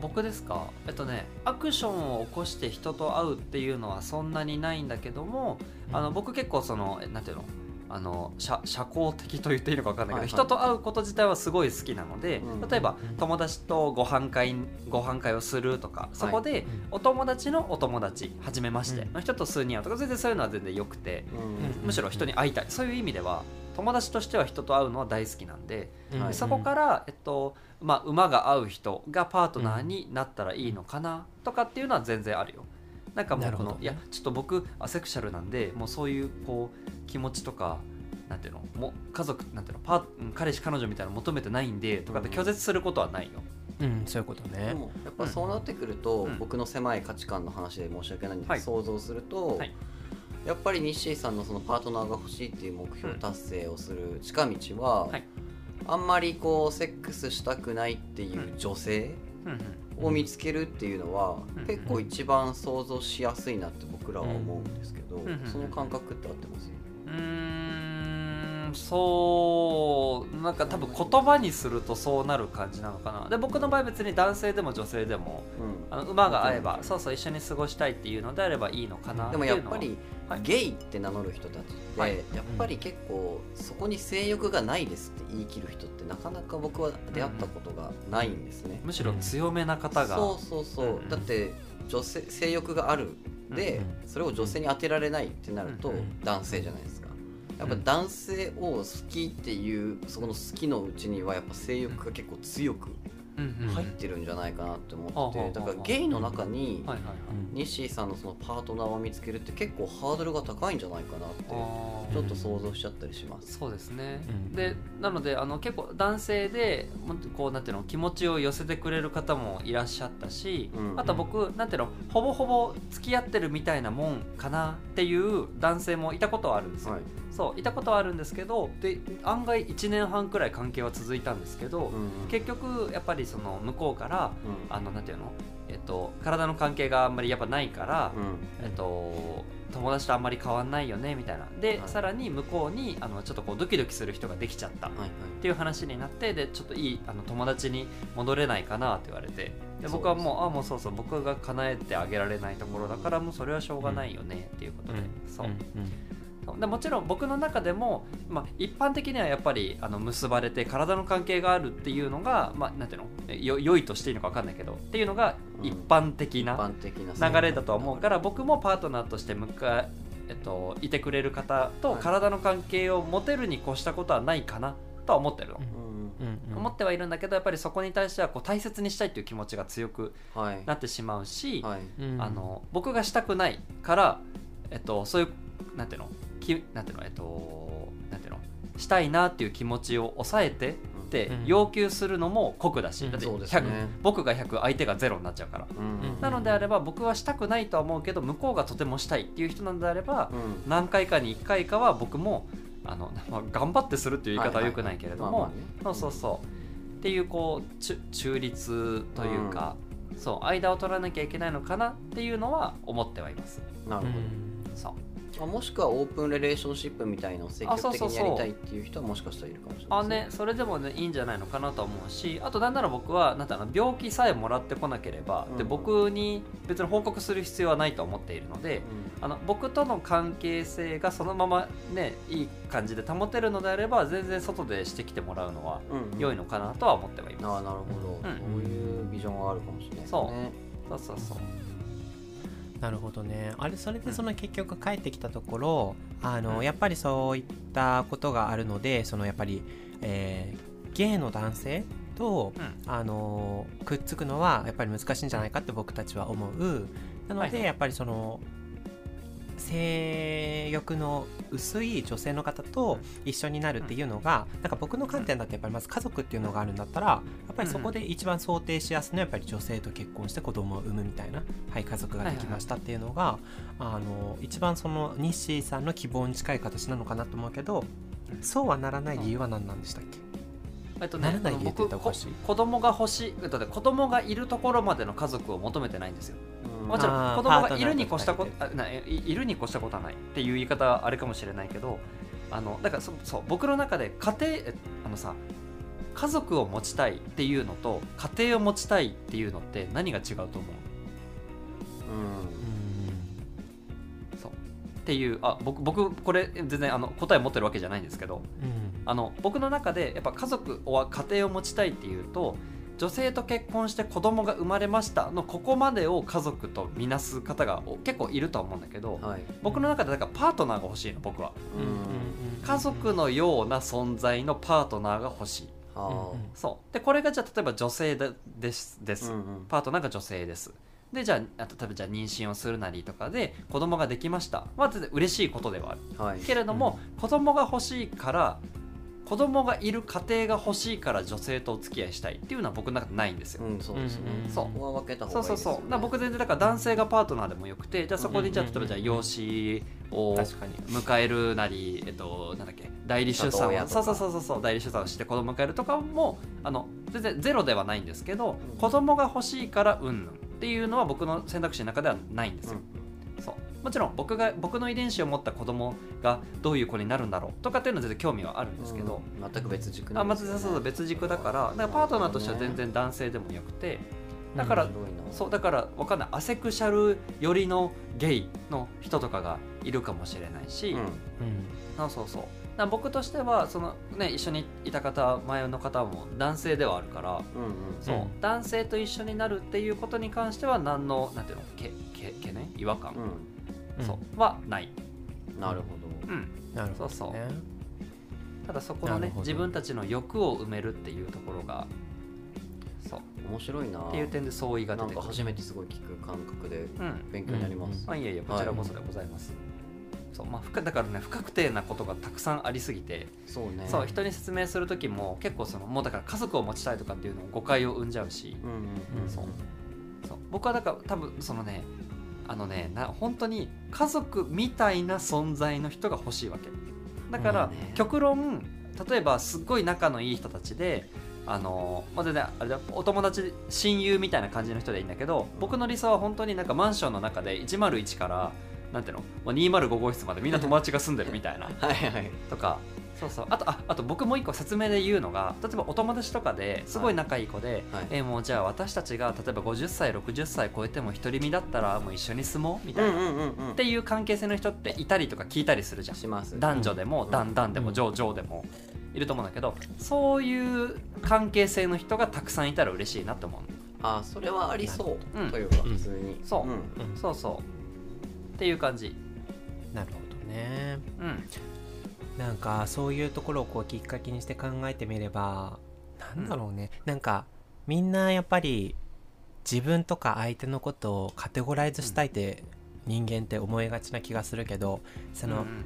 Speaker 3: 僕ですかえっとねアクションを起こして人と会うっていうのはそんなにないんだけども、あの僕結構そのえなんていうのあの社社交的と言っていいのか分かんな
Speaker 2: はいは
Speaker 3: いけど、
Speaker 2: い
Speaker 3: 人と会うこと自体はすごい好きなので、
Speaker 2: うん
Speaker 3: 例えば
Speaker 1: うん
Speaker 3: 友達とご飯会ご飯会をするとかそこで、お友達のお友達初めまして
Speaker 1: うん
Speaker 3: の人と数人会うとか全然そういうのは全然よくて
Speaker 2: うん
Speaker 3: むしろ人に会いたいそういう意味では友達としては人と会うのは大好きなんで、
Speaker 1: うん
Speaker 2: はい
Speaker 3: でそこから、えっとまあ、馬が合う人がパートナーになったらいいのかなとかっていうのは全然あるよ。なんかもう
Speaker 1: な
Speaker 3: こ
Speaker 1: るほ
Speaker 3: の、
Speaker 1: どね
Speaker 3: いやちょっと僕アセクシャルなんでもうそういうこう気持ちとかなんていうのもう家族なんていうのパーうん彼氏彼女みたいなの求めてないんでとかって拒絶することはないよ。
Speaker 1: うん、そういうこと
Speaker 2: で
Speaker 1: ね。
Speaker 2: もやっぱそうなってくると、
Speaker 3: うん
Speaker 2: 僕の狭い価値観の話で申し訳ないんですけど、
Speaker 3: は
Speaker 2: 想
Speaker 3: い
Speaker 2: 像すると、
Speaker 3: はい
Speaker 2: やっぱり西井さんのそのパートナーが欲しいっていう目標達成をする近道は、
Speaker 3: はい
Speaker 2: あんまりこうセックスしたくないっていう女性
Speaker 3: うんうん
Speaker 2: を見つけるっていうのは、
Speaker 3: うん
Speaker 2: 結構一番想像しやすいなって僕らは思うんですけど、
Speaker 3: ん
Speaker 2: その感覚って合ってます
Speaker 3: うーんそうなんか多分言葉にするとそうなる感じなのかなで僕の場合別に男性でも女性でも
Speaker 2: うん
Speaker 3: あの馬が合えばそうそう一緒に過ごしたいっていうのであればいいのかな
Speaker 2: でも
Speaker 3: てい
Speaker 2: や
Speaker 3: う
Speaker 2: っ
Speaker 3: の
Speaker 2: ぱ
Speaker 3: は
Speaker 2: り
Speaker 3: はい
Speaker 2: ゲイって名乗る人たちって、
Speaker 3: はい
Speaker 2: やっぱり結構そこに性欲がないですって言い切る人ってなかなか僕は出会ったことがないんですね、
Speaker 3: むしろ強めな方が、
Speaker 2: そうそうそう、
Speaker 3: うん
Speaker 2: だって女性性欲があるで、
Speaker 1: う
Speaker 2: それを女性に当てられないってなると
Speaker 1: うん
Speaker 2: 男性じゃないですかやっぱ男性を好きっていうそこの好きのうちにはやっぱ性欲が結構強く
Speaker 3: うんうん
Speaker 2: 入ってるんじゃないかなって思って
Speaker 3: うん
Speaker 2: て、
Speaker 3: うん
Speaker 2: だからゲイの中に、
Speaker 3: はいはいはい
Speaker 1: うん
Speaker 2: 西井さんのそのパートナーを見つけるって結構ハードルが高いんじゃないかなって
Speaker 3: あー
Speaker 2: ちょっと想像しちゃったりします。
Speaker 3: そうですね、
Speaker 1: うん
Speaker 3: でなのであの結構男性でもっとこうなんていうの気持ちを寄せてくれる方もいらっしゃったし、
Speaker 2: うん
Speaker 3: あと僕なんていうのほぼほぼ付き合ってるみたいなもんかなっていう男性もいたことはあるんですよ、
Speaker 2: はい、
Speaker 3: そういたことはあるんですけどで案外1年半くらい関係は続いたんですけど、
Speaker 2: 結
Speaker 3: 結局やっぱりその向こうから
Speaker 2: 構、
Speaker 3: あのなんていうの、えっと、体の関係があんまりやっぱないから、
Speaker 2: う
Speaker 3: えっと、友達とあんまり変わんないよねみたいなで、
Speaker 2: はい
Speaker 3: さらに向こうにあのちょっとこうドキドキする人ができちゃったっ
Speaker 2: ん、はいはい。
Speaker 3: ていう話になってでちょっといいあの友達に戻れないかなって言われてで僕は
Speaker 2: そう
Speaker 3: もうあもうそうそう僕が叶えてあげられないところだからもうそれはしょうがないよねっていうことで、そうそうでもちろん僕の中でも、まあ、一般的にはやっぱりあの結ばれて体の関係があるっていうのが、まあ、なんていうのよ良いとしていいのか分かんないけどっていうのが
Speaker 2: うん
Speaker 3: 一般的
Speaker 2: 一
Speaker 3: な
Speaker 2: 般的な
Speaker 3: 流れだとは思うから僕もパートナーとして迎え、えっと、いてくれる方と
Speaker 2: はい
Speaker 3: 体の関係を持てるに越したことはないかなとは思ってるの
Speaker 1: うん。
Speaker 2: うん
Speaker 1: うん
Speaker 3: 思ってはいるんだけどやっぱりそこに対してはこう大切にしたいっていう気持ちが強く
Speaker 2: はい
Speaker 3: なってしまうし、
Speaker 2: はい
Speaker 1: うん
Speaker 3: あの僕がしたくないから、えっと、そういうなんていうのきなんていうのえっとなんていうのしたいなっていう気持ちを抑えてって
Speaker 1: うん
Speaker 3: 要求するのも酷だし、
Speaker 1: うん
Speaker 3: だって
Speaker 2: そうですね
Speaker 3: 100僕が100相手が0になっちゃうから。
Speaker 2: うん
Speaker 1: うん
Speaker 3: なのであれば僕はしたくないとは思うけど向こうがとてもしたいっていう人なのであれば
Speaker 2: うん
Speaker 3: 何回かに1回かは僕もあの、 まあ、頑張ってするっていう言い方は
Speaker 2: は
Speaker 3: 良
Speaker 2: い
Speaker 3: くないけれど
Speaker 2: まあ
Speaker 3: も
Speaker 2: まあね
Speaker 3: そうそうそうっていうこうちゅ中立というか、そう間を取らなきゃいけないのかなっていうのは思ってはいます
Speaker 2: なるほど、
Speaker 3: そう
Speaker 2: まあもしくはオープンレレーションシップみたいのを積
Speaker 3: あそ
Speaker 2: 極
Speaker 3: う
Speaker 2: 的
Speaker 3: そ
Speaker 2: に
Speaker 3: う
Speaker 2: や
Speaker 3: そう
Speaker 2: りたいっていう人はもしかしたらいるかもしれない
Speaker 3: あねそれでもねいいんじゃないのかなとは思うしあとなんなら僕はなんだろうな病気さえもらってこなければ、で
Speaker 2: うん
Speaker 3: 僕に別に報告する必要はないと思っているので、あの僕との関係性がそのままねいい感じで保てるのであれば全然外でしてきてもらうのは
Speaker 2: うんうん
Speaker 3: 良いのかなとは思ってはい
Speaker 2: ああ
Speaker 3: ま
Speaker 2: なるほど、
Speaker 3: うん
Speaker 2: そういうビジョンがあるかもしれないです
Speaker 3: そ
Speaker 2: ね
Speaker 3: す、そうそうそう
Speaker 1: なるほどねあれそれでその結局帰ってきたところあのやっぱりそういったことがあるのでそのやっぱり、えーゲイの男性と、
Speaker 3: う
Speaker 1: あのくっつくのはやっぱり難しいんじゃないかって僕たちは思うなので、
Speaker 3: はいはい
Speaker 1: やっぱりその性欲の薄い女性の方と一緒になるっていうのが、なんか僕の観点だとやっぱりまず家族っていうのがあるんだったらやっぱりそこで一番想定しやすいのはやっぱり女性と結婚して子供を産むみたいな、はい、家族ができましたっていうのが、あの一番そのニッシーさんの希望に近い形なのかなと思うけどそうはならない理由は何なんでしたっけ、
Speaker 3: えっと
Speaker 1: な
Speaker 3: ね
Speaker 1: らない
Speaker 3: あの
Speaker 1: 家って言
Speaker 3: 僕
Speaker 1: ったらお
Speaker 3: こ
Speaker 1: かしい
Speaker 3: 子供が欲しいだって子供がいるところまでの家族を求めてないんですよ
Speaker 2: うん
Speaker 3: もちろ
Speaker 1: あ
Speaker 3: ん
Speaker 1: ー
Speaker 3: 子供がいるに越したこ
Speaker 1: パ
Speaker 3: とないいるに越したことはないっていう言い方はあれかもしれないけどあのだからそそう僕の中で家庭えあのさ家族を持ちたいっていうのと家庭を持ちたいっていうのって何が違うと思う
Speaker 2: うん
Speaker 3: そうっていうあ僕僕これ全然あの答え持ってるわけじゃないんですけど
Speaker 1: うんうん
Speaker 3: あの僕の中でやっぱ家族は家庭を持ちたいっていうと女性と結婚して子供が生まれましたのここまでを家族とみなす方がお結構いるとは思うんだけど
Speaker 2: はい
Speaker 3: 僕の中でだからパートナーが欲しいの僕は
Speaker 2: うん
Speaker 3: 家族のような存在のパートナーが欲しい
Speaker 2: は
Speaker 3: そうでこれがじゃあ例えば女性でですで
Speaker 2: あ
Speaker 3: す、
Speaker 2: うんうん
Speaker 3: パートナーが女性ですでじゃああ例えばじゃあ妊娠をするなりとかで子供ができましたまあ全然嬉しいことではある
Speaker 2: はい
Speaker 3: けれども、子供が欲しいから子供がいる家庭が欲しいから女性とお付き合いしたいっていうのは僕の中でないんですよ、
Speaker 2: うんそうですね
Speaker 1: うんうん
Speaker 2: そこは分けた方が
Speaker 3: そ
Speaker 2: いういで
Speaker 3: そう
Speaker 2: す
Speaker 3: そう
Speaker 2: よ
Speaker 3: だ
Speaker 2: ね
Speaker 3: から僕全然だから男性がパートナーでもよくてじゃあそこでじゃあ
Speaker 1: うん
Speaker 3: 例
Speaker 1: うん
Speaker 3: え
Speaker 1: うんう
Speaker 3: ば
Speaker 1: ん
Speaker 3: じゃあ養子を
Speaker 1: 確かに
Speaker 3: 迎えるなり、えっと、なんだっけ代理出
Speaker 2: 里
Speaker 3: 産
Speaker 2: 親
Speaker 3: を
Speaker 2: と
Speaker 3: そ
Speaker 2: か
Speaker 3: うそうそうそうそう代理出産をして子供迎えるとかもあの全然ゼロではないんですけど
Speaker 2: うん
Speaker 3: 子供が欲しいからうんぬんっていうのは僕の選択肢の中ではないんです
Speaker 2: う
Speaker 3: よ、
Speaker 2: ん
Speaker 3: そうもちろん僕が僕の遺伝子を持った子供がどういう子になるんだろうとかっていうのは全然興味はあるんですけど、
Speaker 2: うん全く別軸
Speaker 3: あ
Speaker 2: なん
Speaker 3: ま
Speaker 2: です
Speaker 3: ず
Speaker 2: よね
Speaker 3: そうそう別軸だからだからパートナーとしては全然男性でもよくてだから、
Speaker 2: 面白いな
Speaker 3: そうだからわかんないアセクシャル寄りのゲイの人とかがいるかもしれないし、
Speaker 2: うん
Speaker 3: あそうそうだから僕としてはその、ね、一緒にいた方前の方も男性ではあるから
Speaker 2: うんうん
Speaker 3: そう、
Speaker 1: うん
Speaker 3: 男性と一緒になるっていうことに関しては何のなんていうのけけ懸念違和感、そうはない、
Speaker 2: うんなるほど
Speaker 3: うん、
Speaker 1: なるほど、ね、
Speaker 3: そうそうただそこの
Speaker 1: なる
Speaker 3: ね
Speaker 1: ほど
Speaker 3: 自分たちの欲を埋めるっていうところがそう
Speaker 2: 面白いな
Speaker 3: っていう点で相違が
Speaker 2: な
Speaker 3: 出
Speaker 2: ん
Speaker 3: てく
Speaker 2: か
Speaker 3: る
Speaker 2: 初めてすごい聞く感覚で
Speaker 3: うん
Speaker 2: 勉強になります
Speaker 3: まあいえいえこちらこそでございます、そうまあ、深だからね不確定なことがたくさんありすぎて、
Speaker 2: そうね
Speaker 3: そう人に説明する時も結構そのもうだから家族を持ちたいとかっていうのも誤解を生んじゃうし、
Speaker 2: うんうんうん
Speaker 3: そうそう僕はだから多分そのねあのねな本当に家族みたいな存在の人が欲しいわけだか
Speaker 2: う
Speaker 3: ら
Speaker 2: んね
Speaker 3: 極論例えばすっごい仲のいい人たちであのまあ、全然あれだよお友達親友みたいな感じの人でいいんだけど僕の理想は本当になんかマンションの中で101からなんていうのもう205号室までみんな友達が住んでるみたいな
Speaker 2: はいはい
Speaker 3: とかそうそうあとああと僕もう一個説明で言うのが例えばお友達とかですごい仲いい子で、
Speaker 2: はい
Speaker 3: えーもうじゃあ私たちが例えば50歳60歳超えても独り身だったらもう一緒に住もうみたいな、っ
Speaker 2: んうん
Speaker 3: ていう関係性の人っていたりとか聞いたりするじゃん
Speaker 2: します
Speaker 3: 男女でも
Speaker 2: うん
Speaker 3: 男々で
Speaker 1: う
Speaker 3: も
Speaker 1: ん
Speaker 3: 女々でもいると思うんだけどそういう関係性の人がたくさんいたら嬉しいなって思うの
Speaker 2: あそれはありそ
Speaker 3: うん
Speaker 2: うというか
Speaker 1: うん
Speaker 2: 普通に
Speaker 3: そうんそうそうっていう感じ
Speaker 1: なるほどね
Speaker 3: うん
Speaker 1: なんかそういうところをこうきっかけにして考えてみればなんだろうね、なんかみんなやっぱり自分とか相手のことをカテゴライズしたいって人間って思いがちな気がするけどその、
Speaker 3: うん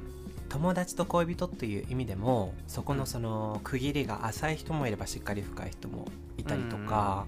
Speaker 1: 友達と恋人という意味でもそこのその区切りが浅い人もいればしっかり深い人もいたりとか、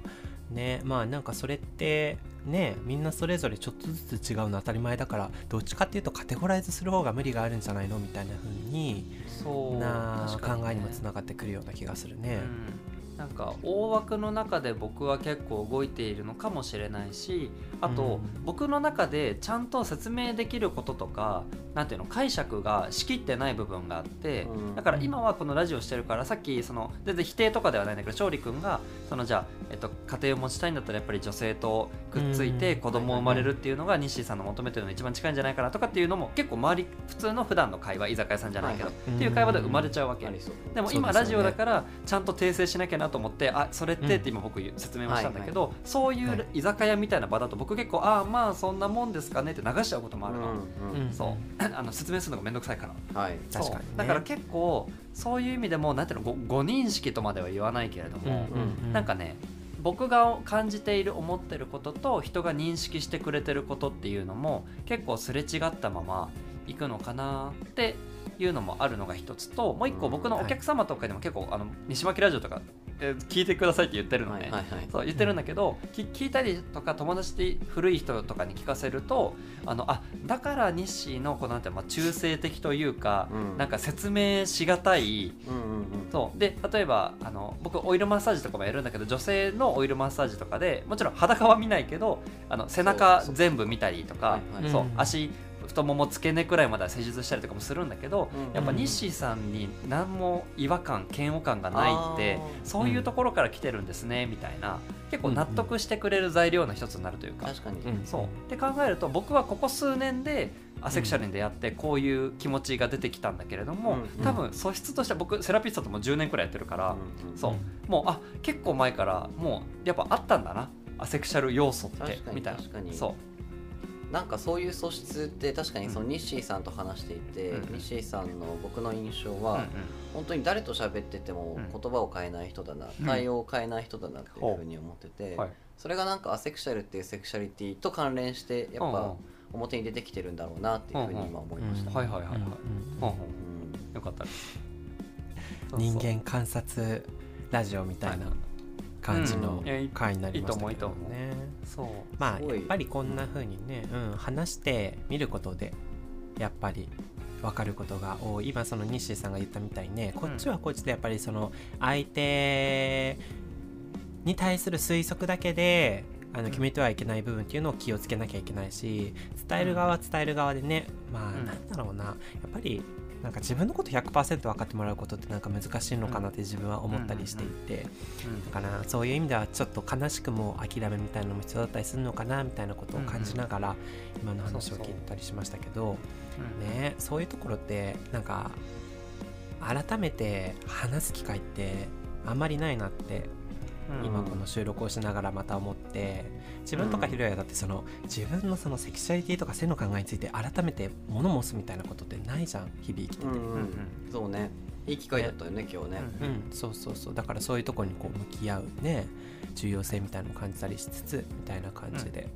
Speaker 1: ねまあなんかそれってねみんなそれぞれちょっとずつ違うの当たり前だからどっちかっていうとカテゴライズする方が無理があるんじゃないのみたいな風に
Speaker 3: そう
Speaker 1: な
Speaker 3: 確か
Speaker 1: 考えにも
Speaker 3: ね
Speaker 1: つながってくるような気がするね。
Speaker 3: うんなんか大枠の中で僕は結構動いているのかもしれないしあと、
Speaker 1: うん
Speaker 3: 僕の中でちゃんと説明できることとかなんていうの解釈が仕切ってない部分があって、
Speaker 2: うん
Speaker 3: だから今はこのラジオしてるからさっきその全然否定とかではないんだけど勝利君がそのじゃあ、えっと、家庭を持ちたいんだったらやっぱり女性とくっついて
Speaker 1: うん
Speaker 3: 子供を生まれるっていうのが西井さんの求めてるのに一番近いんじゃないかなとかっていうのも結構周り普通の普段の会話居酒屋さんじゃないけど、
Speaker 2: は
Speaker 3: っていう会話で生まれちゃうわけ、
Speaker 2: ありそう
Speaker 3: でも
Speaker 1: そうで
Speaker 3: 今
Speaker 1: すよね
Speaker 3: ラジオだからちゃんと訂正しなきゃなと思ってあそれってって今僕説明もしたんだけど、そうい
Speaker 1: は
Speaker 3: う
Speaker 1: い
Speaker 3: 居酒屋みたいな場だと僕結構ああまあそんなもんですかねって流しちゃうこともあるの、
Speaker 2: うん
Speaker 1: うん
Speaker 3: そう あの説明するのが面倒くさいから
Speaker 2: はい
Speaker 1: 確かにね
Speaker 3: そうだから結構そういう意味でもなんていうのご誤認識とまでは言わないけれど
Speaker 1: うん
Speaker 3: も、
Speaker 1: う
Speaker 3: なんかね僕が感じている思ってることと人が認識してくれてることっていうのも結構すれ違ったままいくのかなっていうのもあるのが一つともう一個
Speaker 2: うん
Speaker 3: 僕のお客様とかでも結構、あの西巻ラジオとか、えー聞いてくださいって言ってるの
Speaker 2: は
Speaker 3: ね、
Speaker 2: いはいはい
Speaker 3: そう言ってるんだけど、き聞いたりとか友達で古い人とかに聞かせるとあのあだから日誌のこうなんていうのまあ、中性的というか、
Speaker 2: うん
Speaker 3: なんか説明しがたい
Speaker 2: うんうんうん
Speaker 3: そうで例えばあの僕オイルマッサージとかもやるんだけど女性のオイルマッサージとかでもちろん裸は見ないけどあの背中
Speaker 2: そうそう
Speaker 3: 全部見たりとか
Speaker 2: はい
Speaker 1: はい
Speaker 3: そう
Speaker 1: うん
Speaker 3: 足太もも付け根くらいまでは施術したりとかもするんだけど、
Speaker 2: うん
Speaker 3: やっぱ西さんに何も違和感嫌悪感がないって
Speaker 2: あ
Speaker 3: そういうところから来てるんですねみたいな結構納得してくれる材料の一つになるというか。
Speaker 2: 確かに、
Speaker 1: うん
Speaker 3: そうって考えると僕はここ数年でアセクシャルに出会ってこういう気持ちが出てきたんだけれども、
Speaker 2: うん
Speaker 3: 多分素質としては僕セラピストとも10年くらいやってるから、
Speaker 2: うんうん
Speaker 3: そうもうあ結構前からもうやっぱあったんだなアセクシャル要素って
Speaker 2: 確かに
Speaker 3: みたいな
Speaker 2: 確かに
Speaker 3: そ
Speaker 2: なんかそういう素質って確かにその
Speaker 3: う
Speaker 2: ニッシーさんと話していて、
Speaker 3: うんうん
Speaker 2: ニッシーさんの僕の印象
Speaker 3: う、
Speaker 2: は、
Speaker 3: うんうん
Speaker 2: 本当に誰と喋ってても
Speaker 3: うん
Speaker 2: 言葉を変えない人だな、
Speaker 3: うん
Speaker 2: 対応を変えない人だなっていうふうに思ってて、
Speaker 3: はい
Speaker 2: それがなんかアセクシャルっていうセクシャリティと関連してやっ
Speaker 3: うんうん
Speaker 2: ぱ表に出てきてるんだろうなっていうふうに今思いました。
Speaker 3: はいはいはいはい、
Speaker 1: うん
Speaker 3: う
Speaker 1: うんん
Speaker 3: うんよかったですそうそ
Speaker 1: 人
Speaker 3: う
Speaker 1: 間観察ラジオみたいな感じの
Speaker 3: うんいやいい
Speaker 1: 回になりました
Speaker 3: いい
Speaker 1: け
Speaker 3: と
Speaker 1: ど
Speaker 3: 思ういいと思う
Speaker 1: ね。
Speaker 3: そう
Speaker 1: ますあ
Speaker 2: ごい
Speaker 1: やっぱりこんな風にね、うん、話してみることでやっぱり分かることが多い今その西井さんが言ったみたいにねこっちはこっちでやっぱりその相手に対する推測だけであ
Speaker 3: うん
Speaker 1: の決めてはいけない部分っていうのを気をつけなきゃいけないし伝える側は伝える側でねまあ
Speaker 3: うん
Speaker 1: なんだろうなやっぱりなんか自分のこと100%分かってもらうことってなんか難しいのかなって自分は思ったりしていて。
Speaker 3: うん
Speaker 1: かなそういう意味ではちょっと悲しくも諦めみたいなのも必要だったりするのかなみたいなことを感じながら今の話を聞いたりしましたけど
Speaker 3: うん
Speaker 1: ねそういうところってなんか改めて話す機会ってあんまりないなって
Speaker 3: うん
Speaker 1: 今この収録をしながらまた思って自分とかひろやだってその自分のそのセクシャリティとか性の考えについて改めて物申すみたいなことってないじゃん日々生きて
Speaker 2: うん
Speaker 1: て。
Speaker 2: うんうんそうねいい機会だったよね今日ね。
Speaker 3: う
Speaker 1: うんん、そうそうそうだからそういうとこにこう向き合うね重要性みたいなのを感じたりしつつみたいな感じで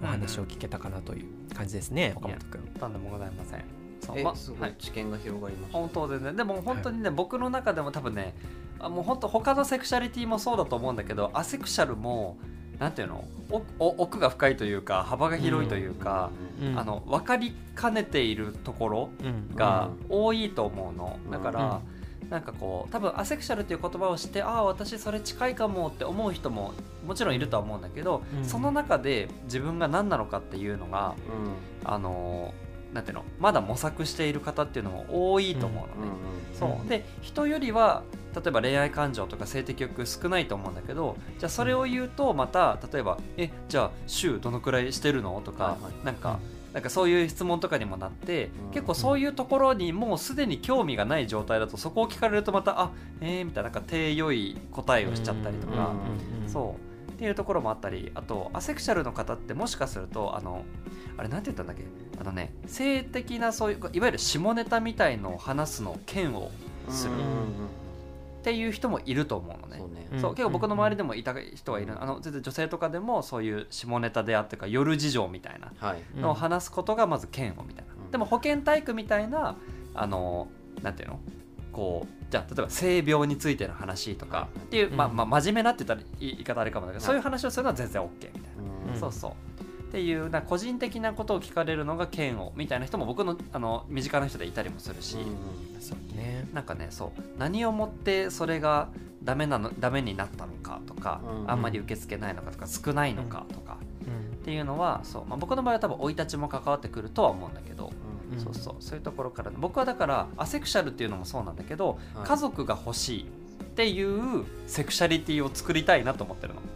Speaker 3: うん
Speaker 1: お話を聞けたかなという感じですね、岡本君
Speaker 3: とんでもございませんそう
Speaker 2: え
Speaker 3: ま、
Speaker 2: すご
Speaker 3: はい
Speaker 2: い知見が広がりました。
Speaker 3: 本当全然でも本当にね、僕の中でも多分ねあもう本当他のセクシャリティもそうだと思うんだけどアセクシャルもなんていうのおお奥が深いというか幅が広いというか、
Speaker 2: うん
Speaker 1: うん
Speaker 3: あの分かりかねているところ
Speaker 1: うん
Speaker 3: が多いと思うの、だから、
Speaker 1: う
Speaker 3: なんかこう多分アセクシャルっていう言葉を知ってああ私それ近いかもって思う人ももちろんいるとは思うんだけど、
Speaker 1: うん
Speaker 3: その中で自分が何なのかっていうのがあのーなんていうのまだ模索している方っていうのも多いと思う
Speaker 2: う
Speaker 3: のね、
Speaker 2: んうん
Speaker 3: そううんで人よりは例えば恋愛感情とか性的欲求少ないと思うんだけどじゃあそれを言うとまた例えば「えじゃあ週どのくらいしてるの?」とか、
Speaker 2: はいはい
Speaker 3: なんか。なんかそういう質問とかにもなって、結構そういうところにもうすでに興味がない状態だとそこを聞かれるとまた「あえー」みたいななんか手良い答えをしちゃったりとか、
Speaker 1: うんうん
Speaker 3: そうっていうところもあったりあとアセクシャルの方ってもしかするとあのあれなんて言ったんだっけあのね性的なそういういわゆる下ネタみたいのを話すのを嫌悪する
Speaker 2: うん
Speaker 3: っ
Speaker 2: うんうん
Speaker 3: っていう人もいると思うのね
Speaker 2: そうね
Speaker 1: うん
Speaker 3: そう結構僕の周りでもいた人はいる、あの全然女性とかでもそういう下ネタであってか夜事情みたいな
Speaker 2: はい
Speaker 1: うん
Speaker 3: のを話すことがまず嫌悪みたいな、
Speaker 2: うん
Speaker 3: でも保健体育みたいなあのなんていうのこうじゃあ例えば性病についての話とかっていう、
Speaker 1: うん
Speaker 3: まあまあ、真面目なって言ったら言い言い方あれかもだけど、
Speaker 2: はい
Speaker 3: そういう話をするのは全然 OK みたいな。
Speaker 1: うん
Speaker 3: そうそうっていうなんか個人的なことを聞かれるのが嫌悪みたいな人も僕のあの身近な人でいたりもするし、
Speaker 2: うん
Speaker 1: そうね
Speaker 3: なんかねそう何をもってそれがダメなのダメになったのかとか、
Speaker 2: うん
Speaker 3: あんまり受け付けないのかとか少ないのかとか、っていうのはそう、まあ、僕の場合は多分生い立ちも関わってくるとは思うんだけど、
Speaker 1: うん
Speaker 3: そうそうそういうところから僕はだからアセクシャルっていうのもそうなんだけど、
Speaker 2: はい
Speaker 3: 家族が欲しいっていうセクシャリティを作りたいなと思ってるの。
Speaker 1: うん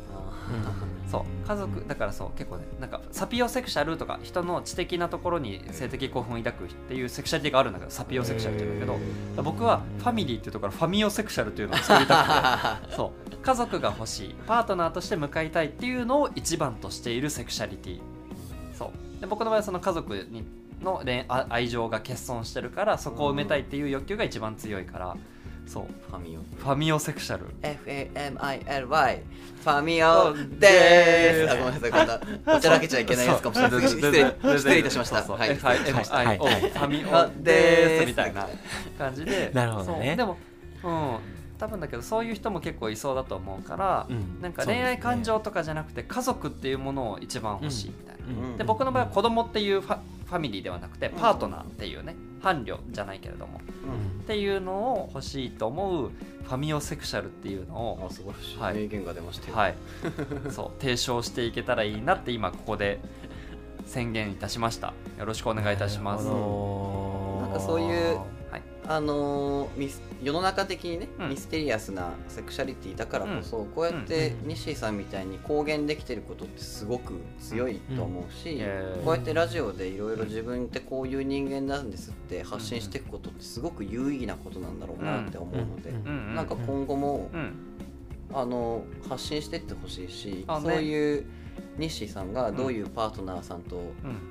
Speaker 3: そう家族だからそう結構ねなんかサピオセクシャルとか人の知的なところに性的興奮を抱くっていうセクシャリティがあるんだけどサピオセクシャルって言うんだけどだから僕はファミリーっていうところファミオセクシャルっていうのを作りた くてそう家族が欲しいパートナーとして迎えたいっていうのを一番としているセクシャリティそうで僕の場合はその家族にの恋あ愛情が欠損してるからそこを埋めたいっていう欲求が一番強いからそう
Speaker 2: ファミオ
Speaker 3: ファミオセクシャル
Speaker 2: FAMILY ファミオでーすあごめんなさいまたおちゃらけちゃいけないやつかもしれないです失礼失礼いたしました
Speaker 3: そうそう
Speaker 2: はい
Speaker 3: F I
Speaker 1: 礼しま
Speaker 3: M
Speaker 1: したは
Speaker 3: I
Speaker 1: い
Speaker 3: O ファミオですみたいな感じで
Speaker 1: なるほどね
Speaker 3: そうでもうん多分だけどそういう人も結構いそうだと思うから、
Speaker 1: うん
Speaker 3: なんか恋愛感情とかじゃなくて家族っていうものを一番欲しいみたいな、
Speaker 1: うん
Speaker 3: で僕の場合は子供っていうファファミリーではなくてパートナーっていうね伴侶じゃないけれどもっていうのを欲しいと思うファミオセクシャルっていうのを
Speaker 2: あ素晴らしい、
Speaker 3: はい
Speaker 2: 名言が出ましたよ、
Speaker 3: はい、 そう提唱していけたらいいなって今ここで 宣言いたしました。よろしくお願いいたします。
Speaker 1: なる
Speaker 3: は
Speaker 1: ほど
Speaker 2: なんかそういう
Speaker 3: い、
Speaker 2: あのーミス世の中的にね、
Speaker 3: うん
Speaker 2: ミステリアスなセクシャリティだからこそ、こうやって
Speaker 1: うん
Speaker 2: 西井さんみたいに公言できてることってすごく強いと思うし、
Speaker 3: うん
Speaker 2: こうやってラジオでいろいろ自分ってこういう人間なんですって発信していくことってすごく有意義なことなんだろうなって思うので、
Speaker 1: うん
Speaker 3: うんうん、
Speaker 2: なんか今後も、
Speaker 3: うん、
Speaker 2: あの発信してってほしいし、
Speaker 3: あね
Speaker 2: そういう西井さんがどういうパートナーさんと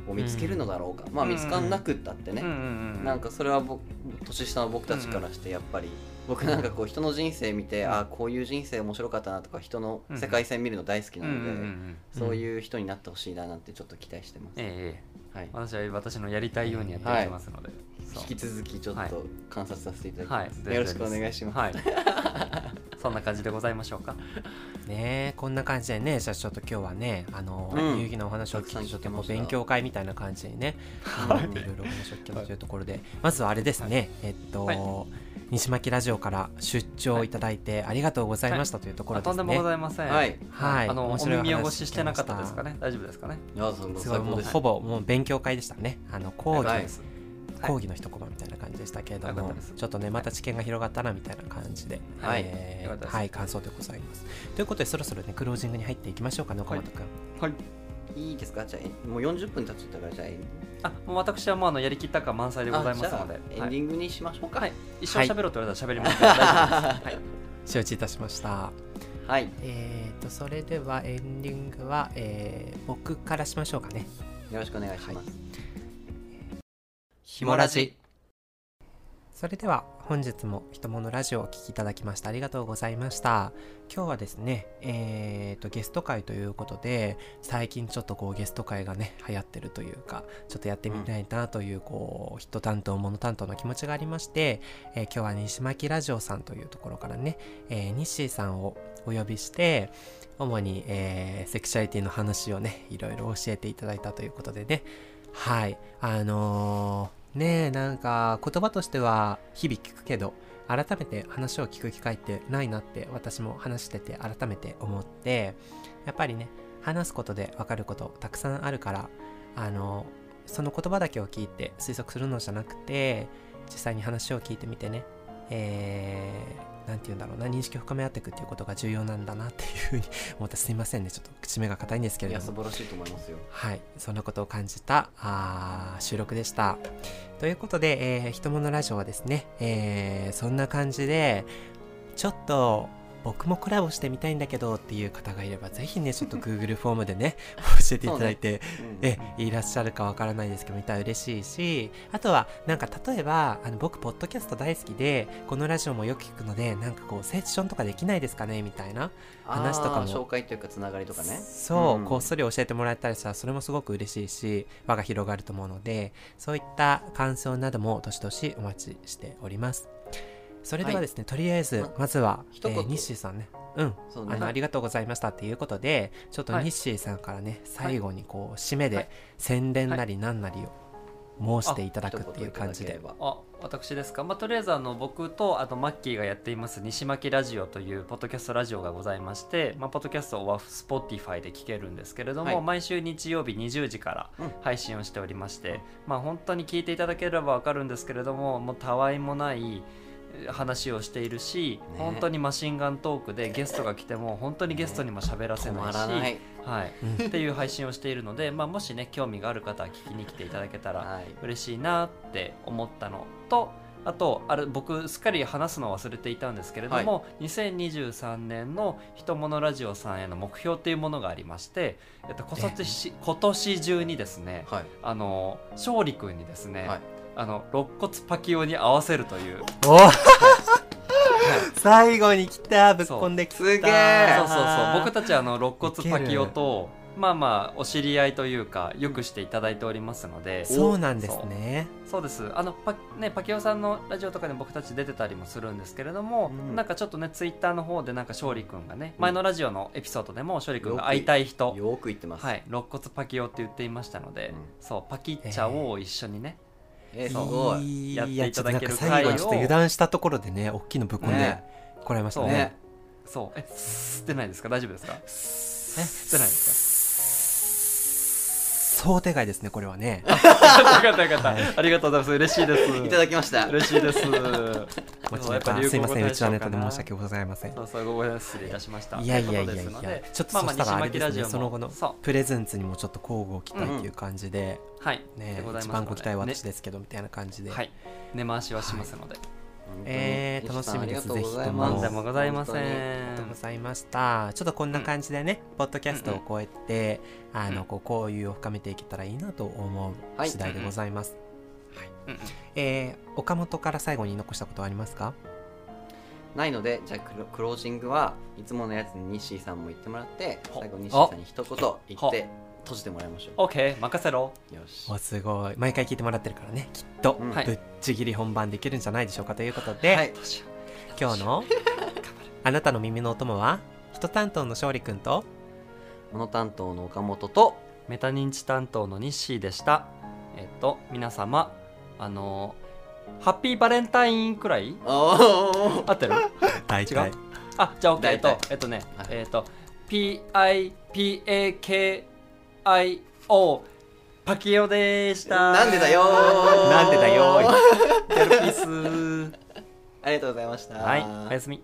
Speaker 3: うん、
Speaker 2: を見つけるのだろうか、まあ
Speaker 3: うん
Speaker 2: 見つかんなくったってね、
Speaker 3: うんうんうん、
Speaker 2: なんかそれは僕年下の僕たちからしてやっぱり、僕なんかこう人の人生見て、
Speaker 3: うん
Speaker 2: ああこういう人生面白かったなとか人の世界線見るの大好き
Speaker 3: う
Speaker 2: なん
Speaker 3: う
Speaker 2: の
Speaker 3: ん
Speaker 2: で、
Speaker 3: うんうん、
Speaker 2: そういう人になってほしいななんてちょっと期待してます、
Speaker 3: ええ
Speaker 2: はい、
Speaker 3: 私は私のやりたいようにやっていきますので、そう
Speaker 2: 引き続きちょっ
Speaker 3: はい
Speaker 2: と観察させていただき
Speaker 3: は
Speaker 2: ま
Speaker 3: い
Speaker 2: す、
Speaker 3: 全然
Speaker 2: よろしくお願いします、
Speaker 3: ですはい、そんな感じでございましょうか。
Speaker 1: ねえこんな感じでねじゃあちょっと今日はねあの、
Speaker 2: うん
Speaker 1: ゆうきのお話を
Speaker 2: たくさ
Speaker 1: 聞い
Speaker 2: ん
Speaker 1: てちょっと
Speaker 2: 聞け
Speaker 1: も
Speaker 2: ま
Speaker 1: う
Speaker 2: した
Speaker 1: 勉強会みたいな感じにね、
Speaker 2: はい
Speaker 1: うんいろいろお話を聞けたというところで、まずはあれですね、えっと、
Speaker 3: はい
Speaker 1: 西巻ラジオから出張いただいてありがとうございましたというところ
Speaker 3: あ
Speaker 1: で
Speaker 3: とん
Speaker 1: す
Speaker 3: でもご
Speaker 1: ね。
Speaker 3: ざいません。
Speaker 2: はい
Speaker 1: はい
Speaker 3: あの
Speaker 1: 面
Speaker 3: お
Speaker 1: 白い話
Speaker 3: 耳をごししてなかった
Speaker 1: 聞け
Speaker 3: で
Speaker 1: まし
Speaker 3: す
Speaker 1: た
Speaker 3: かね。大丈夫ですかね。
Speaker 2: いやその
Speaker 1: すごい
Speaker 2: 最高
Speaker 1: もう
Speaker 2: です
Speaker 1: ほぼもう勉強会でしたね。あの講義、
Speaker 2: はい
Speaker 1: 講義の一コマみたいな感じでしたけれど
Speaker 3: よかっ
Speaker 1: も
Speaker 3: たです、
Speaker 1: ちょっとねまた知見が広がったなみたいな感じで、
Speaker 2: はい
Speaker 1: えー
Speaker 3: よかったです
Speaker 1: はい感想でございます。ということでそろそろねクロージングに入っていきましょうかね岡本君。
Speaker 3: はい。
Speaker 2: いいですかじゃあえもう40分経っちゃったからじゃあエン
Speaker 3: あ、もう私はもうあのやりきった感満載でございます
Speaker 2: あ
Speaker 3: の
Speaker 2: じゃ
Speaker 3: で
Speaker 2: あ、エ
Speaker 3: は
Speaker 2: ンデ
Speaker 3: い、
Speaker 2: ィングにしましょうかはい、
Speaker 3: 一生喋ろうと言われたら喋りますけど大丈夫です。はい。
Speaker 1: 承知いたしました。えー、とそれではエンディングは、えー僕からしましょうかね。
Speaker 2: よろしくお願いします、
Speaker 3: ひ
Speaker 2: もラジ
Speaker 1: それでは本日も「ひとものラジオ」をお聴きいただきましてありがとうございました今日はですねえー、とゲスト会ということで最近ちょっとこうゲスト会がね流行ってるというかちょっとやってみたいなというこう、人担当物担当の気持ちがありまして、えー今日は西巻ラジオさんというところからね、えー、ニッシーさんをお呼びして主に、えーセクシャリティの話をねいろいろ教えていただいたということでねはいあのーねえなんか言葉としては日々聞くけど改めて話を聞く機会ってないなって私も話してて改めて思ってやっぱりね話すことで分かることたくさんあるからあのその言葉だけを聞いて推測するのじゃなくて実際に話を聞いてみてねえーなんて言うんだろうな認識を深め合っていくっていうことが重要なんだなっていうふうに思ってすいませんねちょっと口目が硬いんですけ
Speaker 2: い
Speaker 1: れ
Speaker 2: や
Speaker 1: ども
Speaker 2: 素晴らしいと思いますよ
Speaker 1: はい、そんなことを感じたあー収録でした。ということで、えー、ひとものラジオはですね、えーそんな感じで、ちょっと僕もコラボしてみたいんだけどっていう方がいればぜひねちょっと Google フォームでね教えていただいて、えいらっしゃるかわからないですけど見たら嬉しいしあとはなんか例えばあの僕ポッドキャスト大好きでこのラジオもよく聞くのでなんかこうセッションとかできないですかねみたいな話とかも
Speaker 2: あー紹介というかつながりとかね
Speaker 1: そう、
Speaker 2: うん
Speaker 1: こっそり教えてもらえたりしたらそれもすごく嬉しいし輪が広がると思うのでそういった感想などもどしどしお待ちしておりますそれではですね、とりあえず
Speaker 2: あ
Speaker 1: まずは、え
Speaker 2: 一言
Speaker 1: ー、ニッシーさんねうん
Speaker 2: そう
Speaker 1: あ
Speaker 2: ね
Speaker 1: のありがとうございましたっていうことでちょっと
Speaker 3: はい
Speaker 1: ニッシーさんからね、最後にこう締め
Speaker 3: は
Speaker 1: で
Speaker 3: い
Speaker 1: 宣伝なりなんなりを申していただくっていう感じで、
Speaker 3: あ私ですか、まあ、とりあえずあの僕とあとマッキーがやっています西巻ラジオというポッドキャストラジオがございまして、まあ、ポッドキャストは Spotify で聞けるんですけれども、
Speaker 2: はい
Speaker 3: 毎週日曜日20時から
Speaker 2: うん
Speaker 3: 配信をしておりまして、まあ、本当に聞いていただければ分かるんですけれどももうたわいもないえー話をしているし、
Speaker 2: ね
Speaker 3: 本当にマシンガントークでゲストが来ても本当にゲストにも喋らせ
Speaker 2: 止
Speaker 3: な
Speaker 2: ま
Speaker 3: いし、
Speaker 2: らない、
Speaker 3: はい、
Speaker 1: うん
Speaker 3: っていう配信をしているので、まあ、もしね興味がある方は聞きに来ていただけたら
Speaker 2: はい、
Speaker 3: 嬉しいなって思ったのとあとあれ僕すっかり話すの忘れていたんですけれども、2023年の「ひとものラジオ」さんへの目標っていうものがありまして、えっと、今年し今年中にですね
Speaker 2: はい
Speaker 3: あの勝利君にですね、
Speaker 2: はい
Speaker 3: あの肋骨パキオに合わせるという。
Speaker 1: お 最後に来たぶっこんできた
Speaker 2: そうすげえ
Speaker 3: そうそうそう僕
Speaker 1: と
Speaker 3: たちあの肋骨パキオ
Speaker 1: い
Speaker 3: とまあまあお知り合いというかよくしていただいておりますので
Speaker 1: そうなんですね
Speaker 3: そうですあのパ,、ね、パキオさんのラジオとかで僕たち出てたりもするんですけれども、
Speaker 2: うん
Speaker 3: なんかちょっとねツイッターの方でなんか勝利くんがね、前のラジオのエピソードでも勝利くんが会いたい人
Speaker 2: よく言ってます、
Speaker 3: はい肋骨パキオって言っていましたの
Speaker 2: う
Speaker 3: で、
Speaker 2: ん
Speaker 3: そうパキッチャオを一緒にね、
Speaker 2: えーすごい
Speaker 1: い
Speaker 3: やっていただける
Speaker 1: やちょっとなんか最後にちょっと
Speaker 3: 回を
Speaker 1: 油断したところでね大きなぶっこんで
Speaker 2: ね
Speaker 1: こられました
Speaker 3: そう
Speaker 1: ね
Speaker 2: ね
Speaker 3: そうえ吸ってないですか大丈夫で すかえ吸ってないですか
Speaker 1: 想定外ですねこれはね
Speaker 3: よかったよかった、
Speaker 1: はい
Speaker 3: ありがとうございます嬉しいです
Speaker 2: いただきました
Speaker 3: 嬉しいです。
Speaker 1: 持ちネタすいませんうちはネタで申し訳ございません
Speaker 3: そうそうごめんなさい失礼いたしました。
Speaker 1: いやいやいや
Speaker 3: と
Speaker 1: いう
Speaker 3: ことですの
Speaker 1: や
Speaker 3: で
Speaker 1: ちょっと
Speaker 3: まあ
Speaker 1: そ
Speaker 3: まあ
Speaker 1: したらあれで
Speaker 3: 西巻
Speaker 1: す
Speaker 3: ラジ
Speaker 1: ね
Speaker 3: オも
Speaker 1: その後の
Speaker 3: そ
Speaker 1: プレゼンツにもちょっと交互期待っていう感じで
Speaker 3: うはい
Speaker 1: ね
Speaker 3: でございます
Speaker 1: 一番ご期待は
Speaker 3: ね
Speaker 1: 私ですけどみたいな感じで
Speaker 3: はい根回しはしますので。
Speaker 1: えー楽しみです
Speaker 2: ぜひと
Speaker 1: は
Speaker 3: 何
Speaker 1: い
Speaker 2: も
Speaker 3: でもございません。
Speaker 1: ありがとうございましたちょっとこんな感じでね、ポッドキャストを超えて、あのこう交流を深めていけたらいいなと思う次第でございます、
Speaker 3: うんうん
Speaker 1: えー岡本から最後に残したことはありますか
Speaker 2: ないのでじゃあクロクロージングはいつものやつにニッシーさんも言ってもらって
Speaker 3: ほ
Speaker 2: 最後ニッシーさんに一言言って閉じてもらいましょ
Speaker 3: オッケー任せろ。
Speaker 2: うよし
Speaker 1: おすごい毎回聞いてもらってるからねきっと、
Speaker 2: うん
Speaker 3: はい
Speaker 1: ぶっちぎり本番できるんじゃないでしょうかということで、
Speaker 2: はい
Speaker 1: 今日のあなたの耳のお供は人担当の勝利くんと
Speaker 2: モノ担当の岡 本と
Speaker 3: メタ認知担当のニッシーでした。えっと皆様あのハッピーバレンタインくらい
Speaker 2: お
Speaker 3: 合っ てる？
Speaker 1: 大
Speaker 3: 違うあじゃあ OK え
Speaker 2: 大
Speaker 3: っと
Speaker 2: 体
Speaker 3: えっとね
Speaker 2: はい
Speaker 3: えっと PIPAKIO パキオでした
Speaker 2: なんでだよー
Speaker 1: なんでだよーい
Speaker 3: ゼロピース
Speaker 2: ありがとうございました
Speaker 3: はいおやすみ